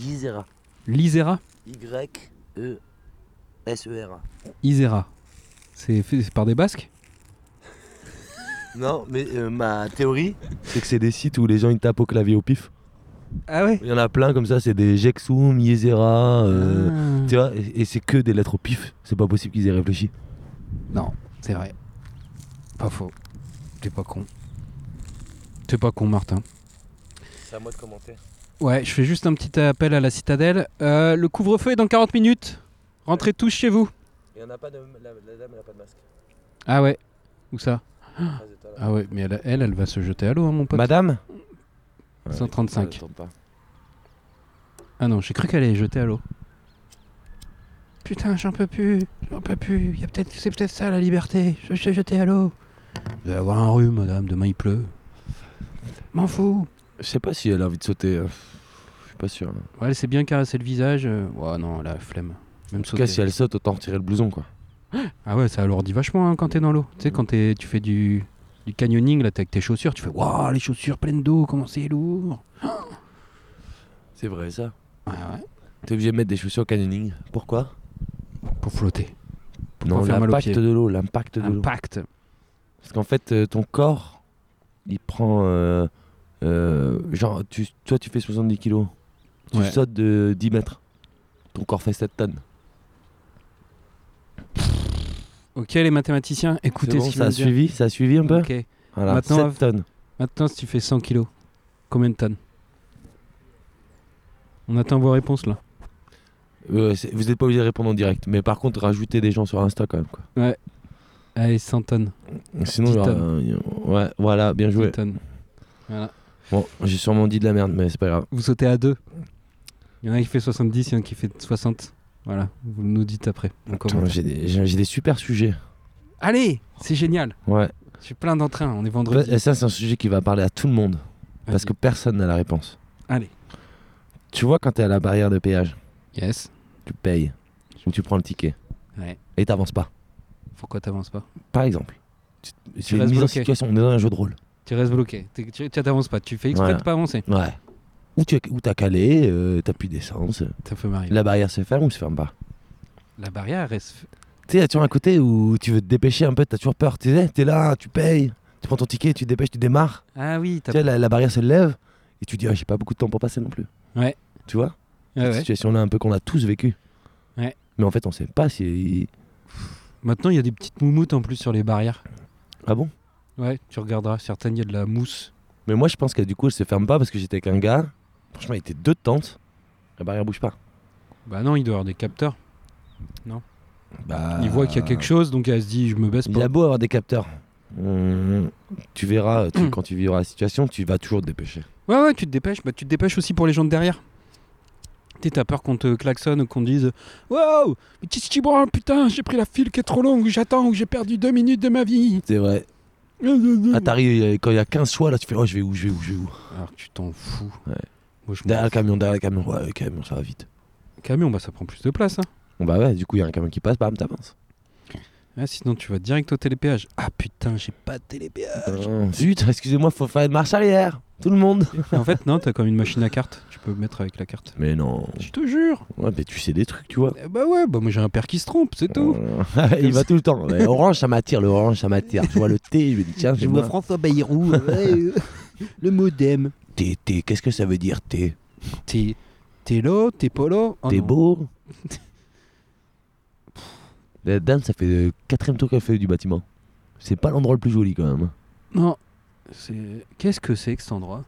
S3: Yzera.
S1: L'Isera.
S2: E,
S3: Y-E-S-E-R-A.
S1: Isera. C'est fait c'est par des Basques
S3: Non, mais euh, ma théorie.
S2: C'est que c'est des sites où les gens ils tapent au clavier au pif.
S1: Ah ouais
S2: Il y en a plein comme ça, c'est des Jexum, Yezera. euh,
S1: Ah.
S2: Tu vois, et, et c'est que des lettres au pif. C'est pas possible qu'ils aient réfléchi.
S1: Non, c'est vrai. Pas faux. T'es pas con. T'es pas con, Martin.
S2: C'est à moi de commenter.
S1: Ouais, je fais juste un petit appel à la citadelle. Euh, le couvre-feu est dans 40 minutes. Rentrez tous chez vous.
S2: Il y en a pas de. La, dame, elle a pas de masque.
S1: Ah ouais Où ça Ah ouais, mais elle, elle, elle va se jeter à l'eau, hein, mon pote.
S2: Madame
S1: 135. Ah non, j'ai cru qu'elle allait jeter à l'eau. Putain, j'en peux plus, j'en peux plus. Y a peut-être, c'est peut-être ça la liberté. Je suis jeté à l'eau. Vous allez avoir un rhume, madame. Demain il pleut. M'en fous.
S2: Je sais pas si elle a envie de sauter. euh, Je suis pas sûr. là.
S1: Ouais, elle s'est bien caressé le visage. euh, Ouais, non, la flemme. Même
S2: En tout cas,
S1: sauter.
S2: si elle saute, autant retirer le blouson quoi.
S1: Ah ouais, ça alourdit vachement hein, quand t'es dans l'eau. Tu sais,
S2: Mm.
S1: quand t'es- tu fais du, du canyoning, là, t'es avec tes chaussures, tu fais Waouh, les chaussures pleines d'eau, comment c'est lourd.
S2: C'est vrai ça.
S1: Ouais,
S2: Ah
S1: ouais.
S2: T'es obligé de mettre des chaussures canyoning. Pourquoi
S1: Pour flotter. Pour
S2: Non,
S1: pas faire mal aux
S2: l'impact
S1: pieds.
S2: de l'eau, l'impact de l'eau.
S1: Impact.
S2: Parce qu'en fait, euh, ton corps, il prend. euh, euh, genre, tu, toi, tu fais 70 kilos. Tu
S1: Ouais.
S2: sautes de 10 mètres. Ton corps fait 7 tonnes.
S1: Ok, les mathématiciens, écoutez
S2: C'est bon,
S1: ce qu'il
S2: ça a
S1: vient de dire.
S2: suivi, ça a suivi un peu
S1: Ok.
S2: Voilà,
S1: Maintenant,
S2: 7
S1: Av-
S2: tonnes.
S1: Maintenant, si tu fais 100 kilos, combien de tonnes On attend vos réponses là.
S2: Euh, c'est- vous n'êtes pas obligé de répondre en direct. Mais par contre, rajoutez des gens sur Insta quand même. Quoi.
S1: Allez, 100 tonnes.
S2: Sinon,
S1: 10
S2: il y aura- ouais, voilà, bien
S1: 10
S2: joué.
S1: tonnes. Voilà.
S2: Bon, j'ai sûrement dit de la merde, mais c'est pas grave.
S1: Vous sautez à deux. Il y en a qui fait 70, il y en a qui fait 60. Voilà, vous nous dites après. On
S2: Putain,
S1: commente.
S2: J'ai des, j'ai- j'ai des super sujets.
S1: Allez, c'est génial.
S2: Ouais.
S1: Je suis plein d'entrain, on est vendredi.
S2: Et ça, c'est un sujet qui va parler à tout le monde. Bah, Parce
S1: Vas-y.
S2: que personne n'a la réponse.
S1: Allez.
S2: Tu vois, quand t'es à la barrière de péage.
S1: Yes.
S2: tu payes ou tu prends le ticket
S1: Ouais.
S2: et t'avances pas.
S1: Pourquoi t'avances pas
S2: Par exemple, tu- c'est une
S1: restes
S2: mise en
S1: bloqué.
S2: situation, on est dans un jeu de rôle.
S1: Tu restes bloqué. Tu tu- tu t'avances pas. Tu fais exprès
S2: Voilà.
S1: de pas avancer.
S2: Ouais. Ou tu ou t'as calé, euh, t'as plus d'essence.
S1: Ça peut m'arriver. La...
S2: La barrière se ferme ou se ferme pas.
S1: barrière reste.
S2: Tu sais, y a toujours un côté où tu veux te dépêcher un peu, t'as toujours peur. Tu sais, t'es là, tu payes, tu prends ton ticket, tu te dépêches, tu démarres.
S1: Ah oui, t'as.
S2: Tu sais, la, la barrière se lève et tu dis, Ah, j'ai pas beaucoup de temps pour passer non plus.
S1: Ouais.
S2: Tu vois
S1: Ah
S2: Cette
S1: ouais.
S2: situation-là un peu qu'on a tous vécu.
S1: Ouais.
S2: Mais en fait, on sait pas si.
S1: Maintenant, il y a des petites moumoutes en plus sur les barrières.
S2: Ah bon
S1: Ouais, tu regarderas. Certaines, il y a de la mousse.
S2: Mais moi, je pense que du coup, elle se ferme pas parce que j'étais avec un gars. Franchement, il était deux de tentes. La barrière bouge pas.
S1: Bah non, il doit y avoir des capteurs.
S2: Bah,
S1: Il voit qu'il y a quelque chose, donc elle se dit, je me baisse
S2: Il
S1: pas.
S2: a beau avoir des capteurs. Hum, tu verras,
S1: Hum.
S2: tu- quand tu vivras la situation, tu vas toujours te dépêcher.
S1: Ouais, ouais, tu te dépêches. Bah, tu te dépêches aussi pour les gens de derrière. Tu sais, T'as peur qu'on te klaxonne ou qu'on te dise Wow, mais qu'est-ce qui branle Putain, j'ai pris la file qui est trop longue, j'attends, ou j'ai perdu deux minutes de ma vie.
S2: C'est vrai.
S1: Hum.
S2: Ah, t'arrives, il y a- quand il y a 15 choix, là, tu fais Oh, je vais où, je vais où, je vais où
S1: Alors que tu t'en fous.
S2: Ouais.
S1: Moi, je
S2: Derrière
S1: m'en
S2: le camion, derrière le camion. Ouais, le camion, ça va vite.
S1: fous. Camion, bah ça prend plus de place. Hein.
S2: Bon, bah ouais, du coup, il y a un camion qui passe, bam, t'avances.
S1: Ah, sinon, tu vas direct au télépéage. Ah putain, j'ai pas de télépéage.
S2: Hum, Zut, excusez-moi, faut faire une marche arrière. Tout le monde.
S1: en fait, non, t'as comme une machine à carte. Tu peux mettre avec la carte.
S2: Mais non.
S1: Je te jure.
S2: Ouais, mais tu sais des trucs, tu vois.
S1: Eh bah ouais, bah moi j'ai un père qui se trompe, c'est tout.
S2: Euh, il va tout le temps. Mais orange, ça m'attire. Le orange, ça m'attire. Je vois le thé, je me dis tiens, je vois
S1: Ah, François Bayrou, euh, le modem.
S2: thé, thé. Qu'est-ce que ça veut dire thé
S1: T'es t'es là, t'es pas là. Oh
S2: T'es
S1: non.
S2: beau La dame, ça fait le quatrième tour qu'elle fait du bâtiment. C'est pas l'endroit le plus joli quand même. hein.
S1: Non. C'est- Qu'est-ce que c'est que cet endroit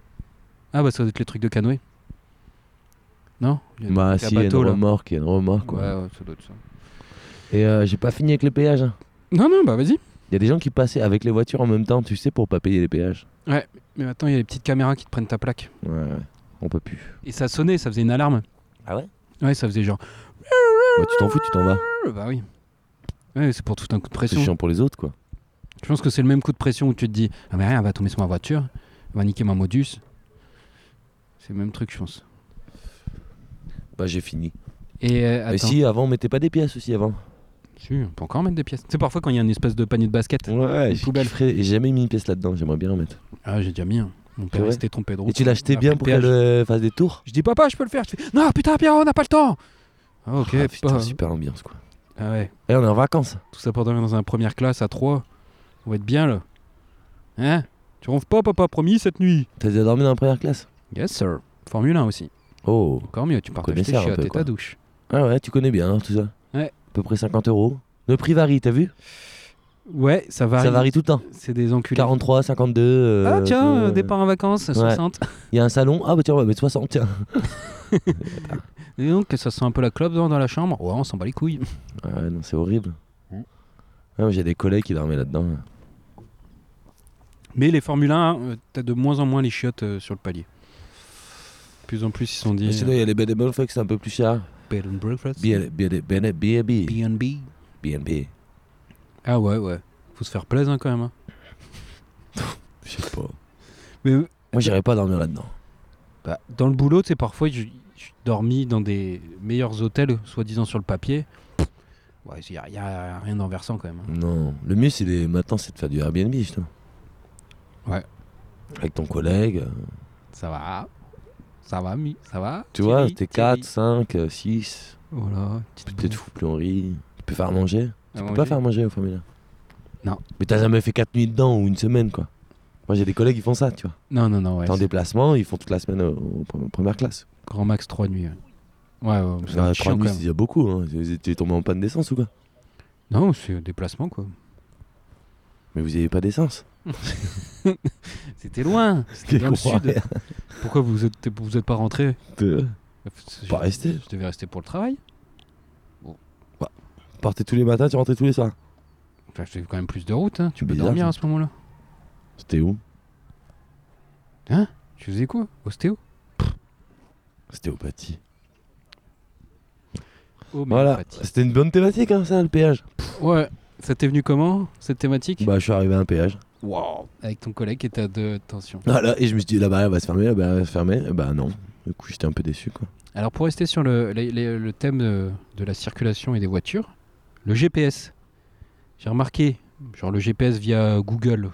S1: Ah bah ça doit être les trucs de canoë. Non Il y a-
S2: Bah
S1: il y a
S2: si, il y a une
S1: bateau, là.
S2: remorque, il y a une remorque. quoi.
S1: Ouais, ouais, ça doit être ça.
S2: Et euh, j'ai pas fini avec les péages. hein.
S1: Non, non, bah vas-y.
S2: Il y a des gens qui passaient avec les voitures en même temps, tu sais, pour pas payer les péages.
S1: Mais maintenant, il y a les petites caméras qui te prennent ta plaque.
S2: Ouais, ouais. On peut plus.
S1: Et ça sonnait, ça faisait une alarme.
S2: Ah ouais
S1: Ouais, ça faisait genre.
S2: Bah, Tu t'en fous, tu t'en vas.
S1: Ah, Bah oui. Ouais, c'est pour tout un coup de
S2: C'est
S1: pression.
S2: chiant pour les autres quoi.
S1: Je pense que c'est le même coup de pression où tu te dis Ah, mais rien, elle va tomber sur ma voiture, elle va niquer ma modus. C'est le même truc, je pense.
S2: Bah j'ai fini.
S1: Et euh,
S2: Et
S1: attends.
S2: si avant on mettait pas des pièces aussi avant
S1: Si, on peut encore mettre des pièces. Tu sais, parfois quand il y a une espèce de panier de basket.
S2: Ouais,
S1: Une
S2: j'ai
S1: poubelle.
S2: kifferé. J'ai jamais mis une pièce là-dedans, j'aimerais bien en mettre.
S1: Ah, j'ai déjà mis un. Mon
S2: C'est
S1: père
S2: vrai
S1: s'était trompé de route.
S2: Et tu l'achetais
S1: Après
S2: bien
S1: le
S2: pour
S1: péage.
S2: qu'elle euh, fasse des tours
S1: Je dis, papa, je peux le faire. Je fais, non, putain, Pierrot, on n'a pas le temps. Ah, ok,
S2: Ah, putain,
S1: pas-
S2: super ambiance quoi.
S1: Ah ouais,
S2: Et on est en vacances.
S1: tout ça pour dormir dans un première classe à 3. On va être bien là. Hein tu ronfles pas, papa, promis, cette nuit
S2: T'as déjà dormi dans la première classe
S1: Yes, sir. Formule 1 aussi.
S2: Oh.
S1: Encore mieux, tu partages tes
S2: Connaisseur un
S1: chiottes
S2: peu,
S1: et
S2: quoi.
S1: ta douche.
S2: Ah ouais, tu connais bien hein, tout ça.
S1: Ouais.
S2: À peu près 50 euros. Le prix varie, t'as vu
S1: Ouais, ça varie.
S2: Ça varie tout le temps.
S1: C'est des enculés.
S2: 43, 52. euh,
S1: ah tiens, euh,
S2: euh,
S1: départ en vacances, 60.
S2: Il y a un salon. Ah bah tiens, ouais, mais 60, tiens.
S1: Et donc, ça sent un peu la clope dans, dans la chambre. Ouais, on s'en bat les couilles.
S2: Ah ouais, non, c'est horrible.
S1: Mm.
S2: Ah, moi, J'ai des collègues qui dormaient là-dedans.
S1: Mais les Formule 1, euh, t'as de moins en moins les chiottes euh, sur le palier. De plus en plus, ils sont
S2: Mais
S1: dit
S2: sinon, il y a les bed and breakfast, c'est un peu plus cher.
S1: euh, bed and breakfast,
S2: B&B. B&B.
S1: B&B.
S2: B&B.
S1: Ah ouais, ouais. Faut se faire plaisir hein, quand même. hein.
S2: Je sais pas.
S1: Mais euh,
S2: Moi, j'irais pas dormir là-dedans.
S1: bah, dans le boulot, tu sais, parfois, je je dormis dans des meilleurs hôtels, soi-disant sur le papier. Ouais, il n'y a, rien d'enversant quand même. hein.
S2: Non. Le mieux, c'est les... maintenant, c'est de faire du Airbnb, justement.
S1: Ouais.
S2: Avec ton collègue. euh,
S1: Ça va. Ça va, mi, ça va.
S2: Tu
S1: Thierry,
S2: vois, t'es
S1: Thierry.
S2: 4, 5, 6.
S1: Voilà.
S2: Peut-être
S1: Mmh.
S2: fou, plus on rit. Tu peux faire à manger.
S1: Tu
S2: Tu peux pas faire à manger au Formule 1.
S1: Non.
S2: Mais t'as jamais fait 4 nuits dedans ou une semaine, quoi. Moi, j'ai des collègues qui font ça, tu vois.
S1: Non, non, non, ouais.
S2: T'es en
S1: c'est
S2: déplacement, ils font toute la semaine au- au pre- première classe.
S1: Grand max 3 nuits. Ouais, ouais, ouais c'est
S2: Ah,
S1: chiant
S2: trois
S1: quand
S2: nuits,
S1: même.
S2: c'est déjà beaucoup. Hein. T'es- T'es tombé en panne d'essence ou quoi
S1: Non, c'est un déplacement quoi.
S2: Mais vous avez pas d'essence.
S1: C'était loin.
S2: C'était
S1: dans le sud. Pourquoi vous êtes, vous êtes pas rentré
S2: euh, Pas resté.
S1: Je devais rester pour le travail.
S2: Partais tous les matins, tu rentrais tous les soirs.
S1: Enfin, je fais quand même plus de route. hein. Tu peux
S2: Bizarre,
S1: dormir
S2: ça.
S1: à ce moment-là.
S2: C'était où
S1: Tu faisais quoi Ostéo
S2: C'était au pâtis.
S1: Oh, mais
S2: Voilà,
S1: en fait.
S2: c'était une bonne thématique, hein, ça, le péage.
S1: Ouais. Ça t'est venu comment cette thématique
S2: Bah, je suis arrivé à un péage.
S1: Wow. Avec ton collègue qui était à deux tensions.
S2: Voilà, et je me suis dit, la barrière va se fermer, la barrière va se fermer. Et Bah, non. Du coup, j'étais un peu déçu, quoi.
S1: Alors pour rester sur le, les- les- le thème de, de la circulation et des voitures, le GPS. J'ai remarqué, genre le GPS via Google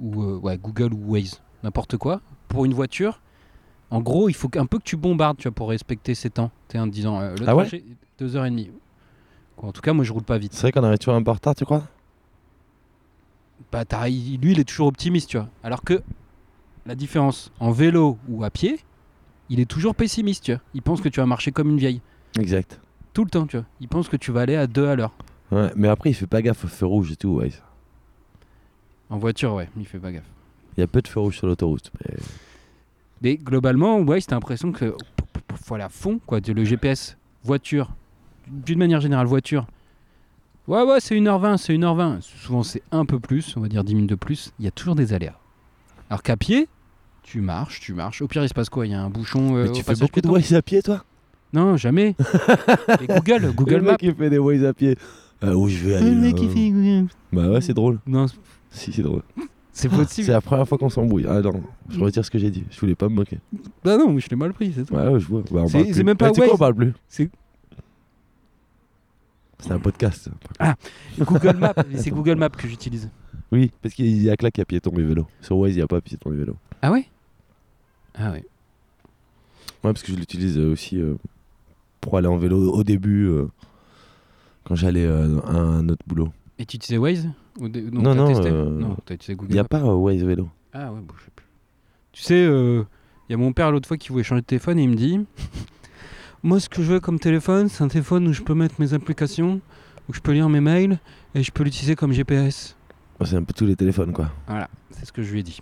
S1: ou euh, ouais, Google ou Waze, n'importe quoi. Pour une voiture, en gros, il faut un peu que tu bombardes, tu vois, pour respecter ces temps. T'es en disant euh, le
S2: Ah ouais
S1: trajet, deux heures et demie. Quoi, En tout cas, moi, je roule pas vite.
S2: C'est vrai qu'on arrive toujours un peu en retard, tu crois
S1: Bah, t'as- il- lui, il est toujours optimiste, tu vois. Alors que la différence en vélo ou à pied, il est toujours pessimiste, tu vois. Il pense que tu vas marcher comme une vieille.
S2: Exact.
S1: Tout le temps, tu vois. Ils pensent que tu vas aller à deux à l'heure.
S2: Ouais, mais après, il fait pas gaffe au feu rouge et tout, ouais.
S1: En voiture, ouais, il fait pas gaffe.
S2: Il y a peu de feu rouge sur l'autoroute. mais-
S1: Mais globalement, ouais, t'as l'impression que faut aller à fond, quoi. Le GPS, voiture, d'une manière générale, voiture. Ouais, ouais, c'est 1h20, c'est 1h20. Souvent, c'est un peu plus, on va dire 10 minutes de plus. Il y a toujours des aléas. Alors qu'à pied, tu marches, tu marches. Au pire, il se passe quoi Il y a un bouchon. euh,
S2: Mais
S1: au
S2: tu fais
S1: passage
S2: beaucoup de
S1: piéton
S2: Waze à pied, toi
S1: Non, jamais. Et Google, Google
S2: Le
S1: Maps.
S2: mec qui fait des Waze à pied. Euh, où je vais aller là, hein. Bah ouais, c'est drôle.
S1: Non,
S2: Si, c'est drôle.
S1: c'est
S2: C'est
S1: possible.
S2: la première fois qu'on s'embrouille. Ah non, je retire ce que j'ai dit. Je voulais pas me moquer.
S1: Bah non, je l'ai mal pris, c'est tout.
S2: Ouais, ouais, je vois. Bah, on
S1: C'est-
S2: parle
S1: c'est
S2: plus.
S1: même pas
S2: Ah, tu sais quoi,
S1: Waze.
S2: on parle plus.
S1: C'est-
S2: C'est un podcast. ça.
S1: Google Maps, mais c'est Google Maps que j'utilise.
S2: Oui, parce qu'il y a que là qu'il y a piéton et vélo. Sur Waze, il n'y a pas piéton et vélo.
S1: Ah ouais Ah ouais.
S2: Ouais, parce que je l'utilise euh, aussi euh, pour aller en vélo au début, euh, quand j'allais euh, à un autre boulot.
S1: Et tu utilisais Waze Ou des-
S2: Non,
S1: t'as
S2: non,
S1: testé
S2: euh,
S1: Non, t'as utilisé Google
S2: Il n'y a
S1: Maps.
S2: pas euh, Waze vélo.
S1: Ah ouais, bon, je sais plus. Tu sais, euh, il y a mon père l'autre fois qui voulait changer de téléphone et il me dit Moi, ce que je veux comme téléphone, c'est un téléphone où je peux mettre mes applications, où je peux lire mes mails et je peux l'utiliser comme GPS.
S2: Ouais, C'est un peu tous les téléphones, quoi.
S1: Voilà, c'est ce que je lui ai dit.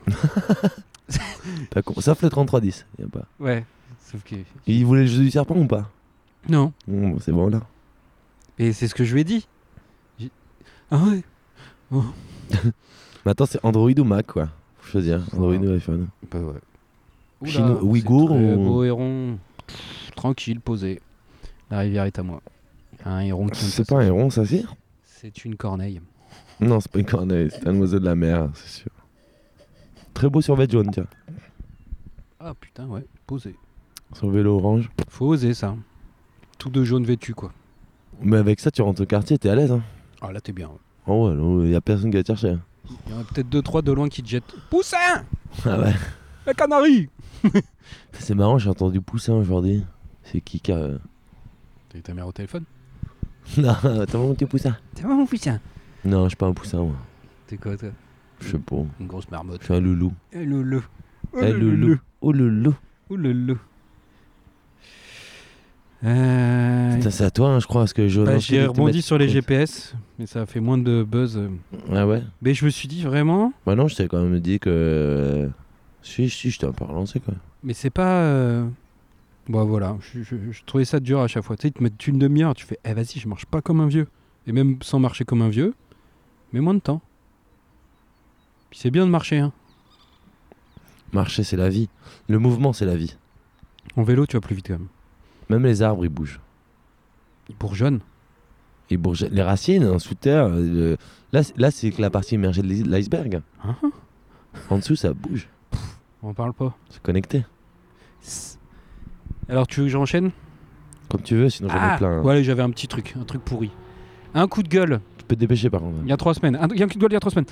S2: T'as con- Sauf le 3310. Y a pas.
S1: Ouais, sauf que.
S2: Il voulait le jeu du serpent ou pas
S1: Non,
S2: Bon, bah, C'est bon là.
S1: et c'est ce que je lui ai dit. J'ai- Ah ouais
S2: Maintenant, c'est Android ou Mac, quoi. Faut choisir. Android ou iPhone.
S1: Bah ouais. Oula,
S2: Chino-
S1: c'est
S2: Ouïghour
S1: très
S2: ou-
S1: Beau héron, Pff, tranquille, posé. La rivière est à moi. Un héron qui vient de
S2: C'est
S1: passer.
S2: pas un héron, ça, si
S1: C'est une corneille.
S2: Non, c'est pas une corneille, c'est un oiseau de la mer, c'est sûr. Très beau survêt jaune, tiens.
S1: Ah putain, ouais, posé.
S2: Sur vélo orange.
S1: Faut oser ça. Tout de jaune vêtu, quoi.
S2: Mais avec ça, tu rentres au quartier, t'es à l'aise, hein.
S1: Ah là, t'es bien.
S2: Oh ouais, non, y a personne qui va te chercher. hein.
S1: Il y en a peut-être deux, trois de loin qui te jettent. Poussin
S2: Ah ouais.
S1: La canarie
S2: C'est marrant, j'ai entendu poussin aujourd'hui. C'est qui qui a. euh,
S1: T'as eu ta mère au téléphone
S2: Non, t'as vraiment petit poussin
S1: T'es vraiment poussin
S2: Non, je suis pas un poussin, moi.
S1: T'es quoi, toi
S2: Je sais pas.
S1: Une grosse marmotte.
S2: Je suis un loulou.
S1: Eh, le le. Oh, le,
S2: Eh,
S1: le, le.
S2: loulou. Oh loulou.
S1: Oh, le, le. Euh,
S2: Putain, c'est à toi, hein, je crois, parce que je.
S1: bah,
S2: lance
S1: J'ai
S2: les
S1: rebondi
S2: thématiques.
S1: sur les GPS, mais ça a fait moins de buzz.
S2: Ah ouais.
S1: Mais je me suis dit vraiment,
S2: Bah non, je t'ai quand même dit que. euh, Si, si, je t'ai un peu relancé quoi.
S1: mais c'est pas. euh, Bon, voilà, je, je- je trouvais ça dur à chaque fois. Tu sais, ils te mettent une demi-heure, tu fais, eh vas-y, je marche pas comme un vieux. Et même sans marcher comme un vieux, mais moins de temps. Puis c'est bien de marcher, hein.
S2: Marcher, c'est la vie. Le mouvement, c'est la vie.
S1: En vélo, tu vas plus vite quand même.
S2: Même les arbres, ils bougent.
S1: Ils bourgeonnent.
S2: Ils bougent. Les racines, hein, sous terre. euh, le- Là, c'est- là c'est que la partie immergée de l'is- l'iceberg.
S1: Hein
S2: En dessous, ça bouge.
S1: On parle pas.
S2: C'est connecté.
S1: Alors, tu veux que j'enchaîne
S2: Comme tu veux, sinon j'en ai
S1: Ah
S2: plein. hein.
S1: Ouais, j'avais un petit truc, un truc pourri. Un coup de gueule,
S2: Tu peux te dépêcher par contre.
S1: il y a trois semaines. Un, il y a un coup de gueule il y a trois semaines.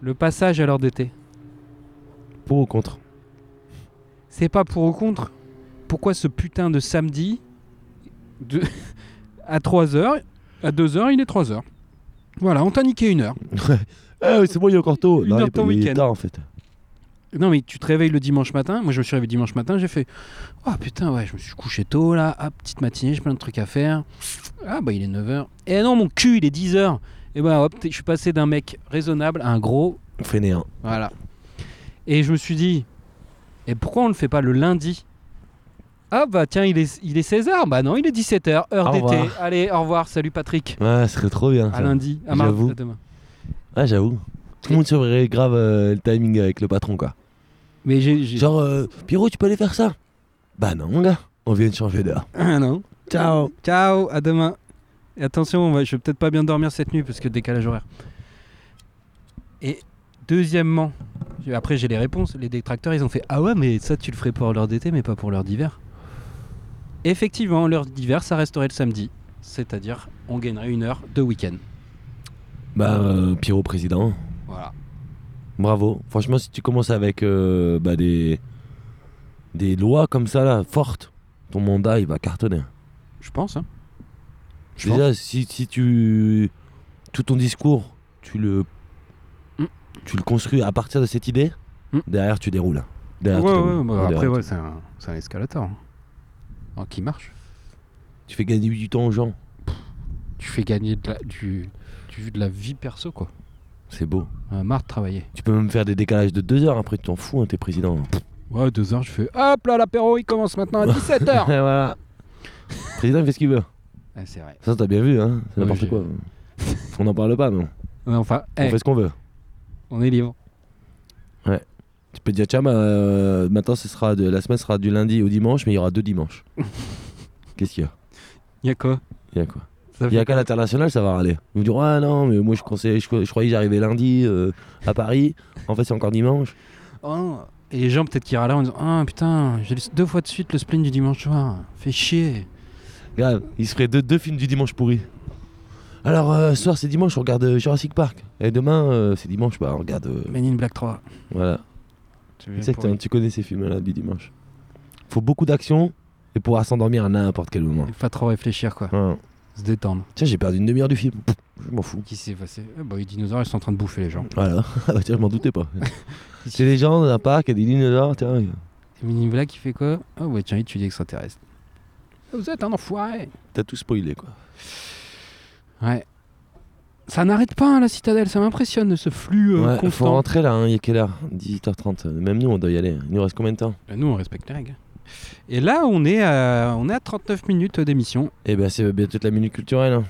S1: Le passage à l'heure d'été.
S2: Pour ou contre
S1: C'est pas pour ou contre. Pourquoi ce putain de samedi, de- à 3h, à 2h, il est 3h Voilà, on t'a niqué une heure.
S2: Ah oui, c'est bon, il est encore tôt.
S1: Une
S2: Non,
S1: heure
S2: il-
S1: ton
S2: il est
S1: week-end.
S2: tard, en fait.
S1: Non, mais tu te réveilles le dimanche matin. Moi, je me suis réveillé dimanche matin, j'ai fait Ah putain, ouais, je me suis couché tôt là. Ah, petite matinée, j'ai plein de trucs à faire. Ah, bah, il est 9h. Et non, mon cul, il est 10h. Et bah, hop, t'es- je suis passé d'un mec raisonnable à un gros.
S2: Fainéant.
S1: Voilà. Et je me suis dit Et pourquoi on le fait pas le lundi Ah, bah, tiens, il est, il est 16h. Bah, non, il est 17h, heure
S2: Au
S1: d'été.
S2: revoir.
S1: Allez, au revoir, salut Patrick.
S2: Ouais, ce serait trop bien.
S1: À
S2: ça.
S1: lundi, à mardi,
S2: J'avoue.
S1: à demain.
S2: Ah, j'avoue. Tout le monde surveillerait grave euh, le timing avec le patron, quoi.
S1: Mais j'ai. j'ai-
S2: Genre, euh, Pierrot, tu peux aller faire ça Bah non, mon gars. On vient de changer d'heure.
S1: Ah, non.
S2: Ciao.
S1: Ciao, à demain. Et attention, on va- je vais peut-être pas bien dormir cette nuit parce que décalage horaire. Et deuxièmement, j'ai- après j'ai les réponses, les détracteurs ils ont fait Ah ouais, mais ça tu le ferais pour l'heure d'été, mais pas pour l'heure d'hiver. Effectivement, l'heure d'hiver ça resterait le samedi, c'est-à-dire on gagnerait une heure de week-end.
S2: Bah, euh, Pierrot, président.
S1: Voilà.
S2: Bravo. Franchement, si tu commences avec euh, bah, des... des lois comme ça, là, fortes, ton mandat, il va cartonner.
S1: Je pense, hein. Je pense.
S2: Déjà, si, si tu. Tout ton discours, tu le.
S1: Mm.
S2: Tu le construis à partir de cette idée,
S1: Mm.
S2: derrière, tu déroules. Derrière,
S1: Ouais,
S2: tu,
S1: ouais,
S2: déroules.
S1: bah,
S2: Derrière,
S1: après,
S2: tu-
S1: ouais, c'est un, c'est un escalator. hein. Alors, qui marche
S2: tu fais gagner du temps aux gens.
S1: Tu fais gagner de la, du, du- de la vie perso, quoi.
S2: C'est beau.
S1: On a Euh, marre de travailler.
S2: Tu peux même faire des décalages de deux heures après, tu t'en fous, hein, t'es président.
S1: Ouais, deux heures, je fais hop là, l'apéro il commence maintenant à 17h.
S2: Ouais, voilà. président, il fait ce qu'il veut.
S1: c'est vrai.
S2: Ça, t'as bien vu, hein. C'est
S1: Oui,
S2: n'importe
S1: j'ai-
S2: quoi. On n'en parle pas, non.
S1: Mais enfin, eh,
S2: On fait ce qu'on veut.
S1: on est libre.
S2: Tu peux dire, tiens, bah, euh, maintenant, ce sera de... la semaine sera du lundi au dimanche, mais il y aura deux dimanches. Qu'est-ce qu'il y a
S1: Y'a quoi
S2: Il y a quoi
S1: Ça
S2: Il y
S1: fait-
S2: a qu'à l'international, ça va râler. Ils vont dire Ah non, mais moi je, conseille, je, je croyais que j'arrivais lundi euh, à Paris. En fait, c'est encore dimanche.
S1: Oh. Et les gens peut-être qui râlent en disant Ah putain, j'ai lu deux fois de suite le spleen du dimanche soir. Fait chier.
S2: Grave, il se ferait deux, deux films du dimanche pourri. Alors, euh, ce soir, c'est dimanche, on regarde euh, Jurassic Park. Et demain, euh, c'est dimanche, bah, on regarde. euh,
S1: Men in Black 3.
S2: voilà.
S1: Tu veux
S2: Exactement, tu connais ces films-là du dimanche. Faut beaucoup d'action et pouvoir s'endormir à n'importe quel moment.
S1: pour- Pas trop réfléchir quoi.
S2: Ouais.
S1: Se détendre.
S2: Tiens, j'ai perdu une demi-heure du film. Pff, Je m'en fous.
S1: Qui s'est passé Ah bah, Les dinosaures ils sont en train de bouffer les gens.
S2: Voilà, Ah bah, tiens, je m'en doutais pas. c'est les gens d'un parc, il y a des dinosaures, tiens.
S1: Et Men in Black il fait quoi Ah ouais, tiens, il tue des extraterrestres. Ah, Vous êtes un enfoiré.
S2: T'as tout spoilé quoi.
S1: Ouais. Ça n'arrête pas hein, la citadelle, ça m'impressionne ce flux euh,
S2: Ouais, faut
S1: constant.
S2: rentrer là, hein. il est quelle heure 18h30. Même nous, on doit y aller. Il nous reste combien de temps
S1: Bah, nous, on respecte les règles. Et là, on est à, on est à 39 minutes d'émission.
S2: Eh ben, c'est bientôt la minute culturelle. hein.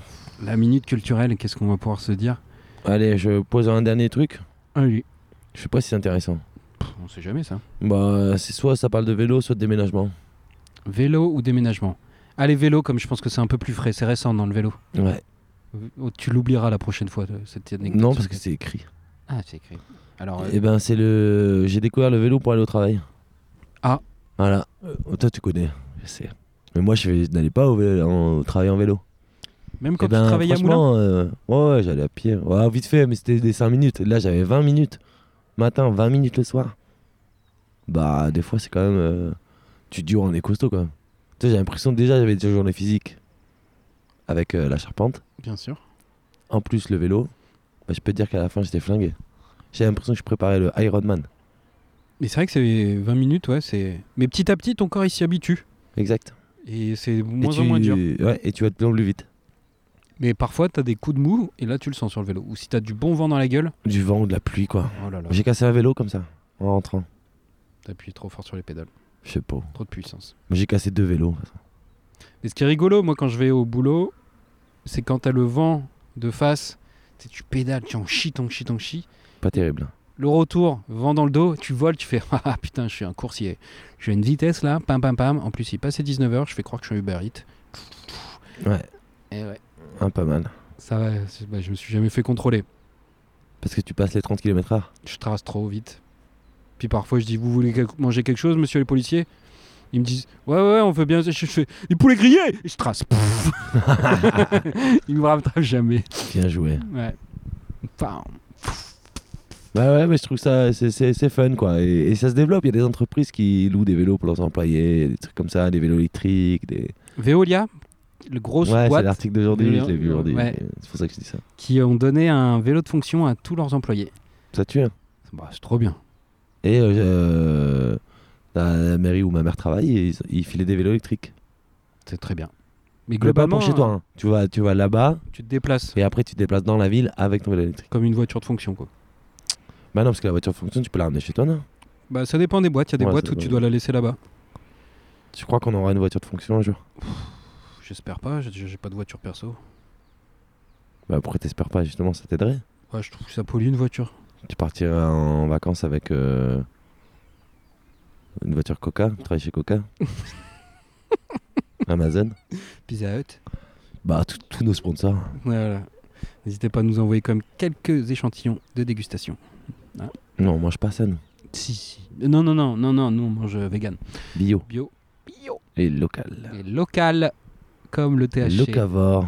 S1: La minute culturelle, qu'est-ce qu'on va pouvoir se dire
S2: Allez, je pose un dernier truc.
S1: Allez.
S2: Je sais pas si c'est intéressant.
S1: On sait jamais ça.
S2: Bah, euh, c'est soit ça parle de vélo, soit de déménagement.
S1: Vélo ou déménagement Allez, vélo, comme je pense que c'est un peu plus frais, c'est récent dans le vélo.
S2: Ouais.
S1: Oh, tu l'oublieras la prochaine fois, euh, cette anecdote.
S2: Non, parce que c'est écrit.
S1: Ah, c'est écrit. Alors, euh,
S2: Eh ben, c'est le. J'ai découvert le vélo pour aller au travail.
S1: Ah.
S2: Voilà. Euh, toi, tu connais. Je sais. Mais moi, je n'allais pas au, vélo, en- au travail en vélo.
S1: même quand
S2: Eh ben,
S1: tu travaillais à Moulin
S2: franchement, euh, ouais, ouais, j'allais à pied. Ouais, vite fait, mais c'était des 5 minutes. Là, j'avais 20 minutes. Matin, 20 minutes le soir. Bah, des fois, c'est quand même. euh, tu te dis, ouais, on est costaud, quoi. Tu sais, j'ai l'impression que déjà, j'avais déjà journée physique avec euh, la charpente.
S1: Bien sûr.
S2: En plus, le vélo. Bah, je peux te dire qu'à la fin, j'étais flingué. J'avais l'impression que je préparais le Iron Man.
S1: Mais c'est vrai que c'est 20 minutes, ouais. c'est. Mais petit à petit, ton corps il s'y habitue.
S2: Exact.
S1: Et c'est de
S2: Et
S1: moins
S2: tu-
S1: en moins dur.
S2: Ouais, et tu vas de plus en plus vite.
S1: Mais parfois, t'as des coups de mou et là, tu le sens sur le vélo. Ou si t'as du bon vent dans la gueule,
S2: Du vent ou de la pluie, quoi.
S1: oh là là,
S2: J'ai cassé un vélo comme ça, en rentrant.
S1: t'appuies trop fort sur les pédales.
S2: Je sais pas.
S1: Trop de puissance.
S2: Mais J'ai cassé deux vélos. de toute façon.
S1: Mais ce qui est rigolo, moi, quand je vais au boulot, c'est quand t'as le vent de face, tu sais, tu pédales, tu en chies, t'en chies, t'en chies.
S2: Pas terrible. hein.
S1: Le retour, vent dans le dos, tu voles, tu fais Ah putain, je suis un coursier. J'ai une vitesse là, pam pam pam. En plus, il passait 19h, je fais croire que je suis un Uber Eats.
S2: Ouais,
S1: Et ouais,
S2: un pas mal.
S1: ça va, c'est- bah, je me suis jamais fait contrôler.
S2: Parce que tu passes les 30 km/h.
S1: Je trace trop vite. Puis parfois, je dis Vous voulez quel- manger quelque chose, monsieur les policiers Ils me disent Ouais, ouais, on veut bien. Je, je fais Des poulets grillés Et je trace. Pouf. Ils me rattrapent jamais.
S2: Bien joué.
S1: Ouais. Pam.
S2: Bah ouais, mais je trouve ça, c'est- c'est c'est fun quoi. Et, et ça se développe. Il y a des entreprises qui louent des vélos pour leurs employés, des trucs comme ça, des vélos électriques. Des...
S1: Veolia, le gros
S2: Ouais, c'est
S1: boîte
S2: l'article d'aujourd'hui,
S1: Vélo-
S2: je l'ai vu aujourd'hui.
S1: Ouais.
S2: C'est pour ça que je dis ça.
S1: qui ont donné un vélo de fonction à tous leurs employés.
S2: Ça tue. hein.
S1: Bah, c'est trop bien.
S2: Et euh, euh, la, la mairie où ma mère travaille, ils, ils filaient des vélos électriques.
S1: C'est très bien. Mais
S2: Mais pas
S1: globalement,
S2: pour chez toi. hein. Tu vas, tu vas là-bas
S1: tu te déplaces
S2: et après tu te déplaces dans la ville avec ton vélo électrique.
S1: comme une voiture de fonction. Quoi.
S2: Bah non, parce que la voiture fonctionne, tu peux la ramener chez toi, non
S1: Bah, ça dépend des boîtes. Il y a des
S2: Ouais,
S1: boîtes
S2: ça
S1: où tu
S2: doit-
S1: dois la laisser là-bas.
S2: Tu crois qu'on aura une voiture de fonction un jour
S1: Pff, J'espère pas, j'ai- j'ai pas de voiture perso.
S2: Bah pourquoi t'espères pas justement Ça t'aiderait.
S1: Ouais, je trouve que ça pollue une voiture.
S2: Tu partirais en vacances avec euh, une voiture Coca, tu travailles chez Coca Amazon
S1: Pizza Hut.
S2: Bah, tout- tous nos sponsors.
S1: Voilà. N'hésitez pas à nous envoyer comme quelques échantillons de dégustation.
S2: Non, on mange pas ça, nous.
S1: Si, si. Non, non, non, non, non, nous on mange euh, vegan.
S2: Bio
S1: Bio. Bio.
S2: et local.
S1: Et local, comme le THC.
S2: Locavore.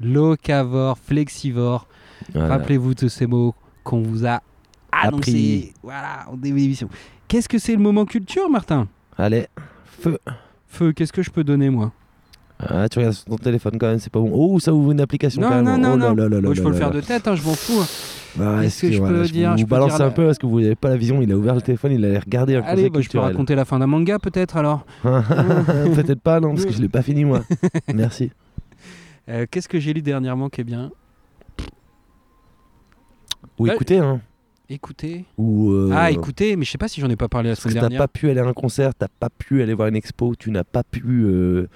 S1: Locavore, flexivore.
S2: Voilà.
S1: Rappelez-vous de ces mots qu'on vous a annoncés.
S2: Appris.
S1: Voilà, en début d'émission. Qu'est-ce que c'est le moment culture, Martin
S2: Allez, feu.
S1: Feu, qu'est-ce que je peux donner, moi
S2: Ah, tu regardes sur ton téléphone quand même, c'est pas bon. Oh, ça ouvre une application
S1: Non,
S2: quand
S1: non,
S2: même.
S1: non,
S2: oh là
S1: non.
S2: là là
S1: Moi,
S2: là
S1: je peux
S2: là
S1: le faire
S2: là.
S1: de tête, hein, je m'en fous.
S2: Bah,
S1: Est-ce que je
S2: excusez-moi,
S1: peux
S2: là,
S1: dire- je
S2: Vous
S1: peux
S2: balancez
S1: dire
S2: un
S1: la-
S2: peu parce que vous n'avez pas la vision. Il a ouvert le téléphone, il allait regarder un
S1: Allez,
S2: conseil
S1: bah, je peux
S2: culturel.
S1: raconter la fin d'un manga, peut-être, alors.
S2: Peut-être pas, non, parce que je l'ai pas fini, moi. Merci.
S1: Euh, qu'est-ce que j'ai lu dernièrement qui est bien
S2: Ou
S1: Là,
S2: écoutez, hein.
S1: Écoutez.
S2: Ou, euh,
S1: Ah, écoutez, mais je sais pas si j'en ai pas parlé la
S2: Parce que
S1: semaine
S2: t'as
S1: dernière.
S2: pas pu aller à un concert, t'as pas pu aller voir une expo, tu n'as pas pu euh,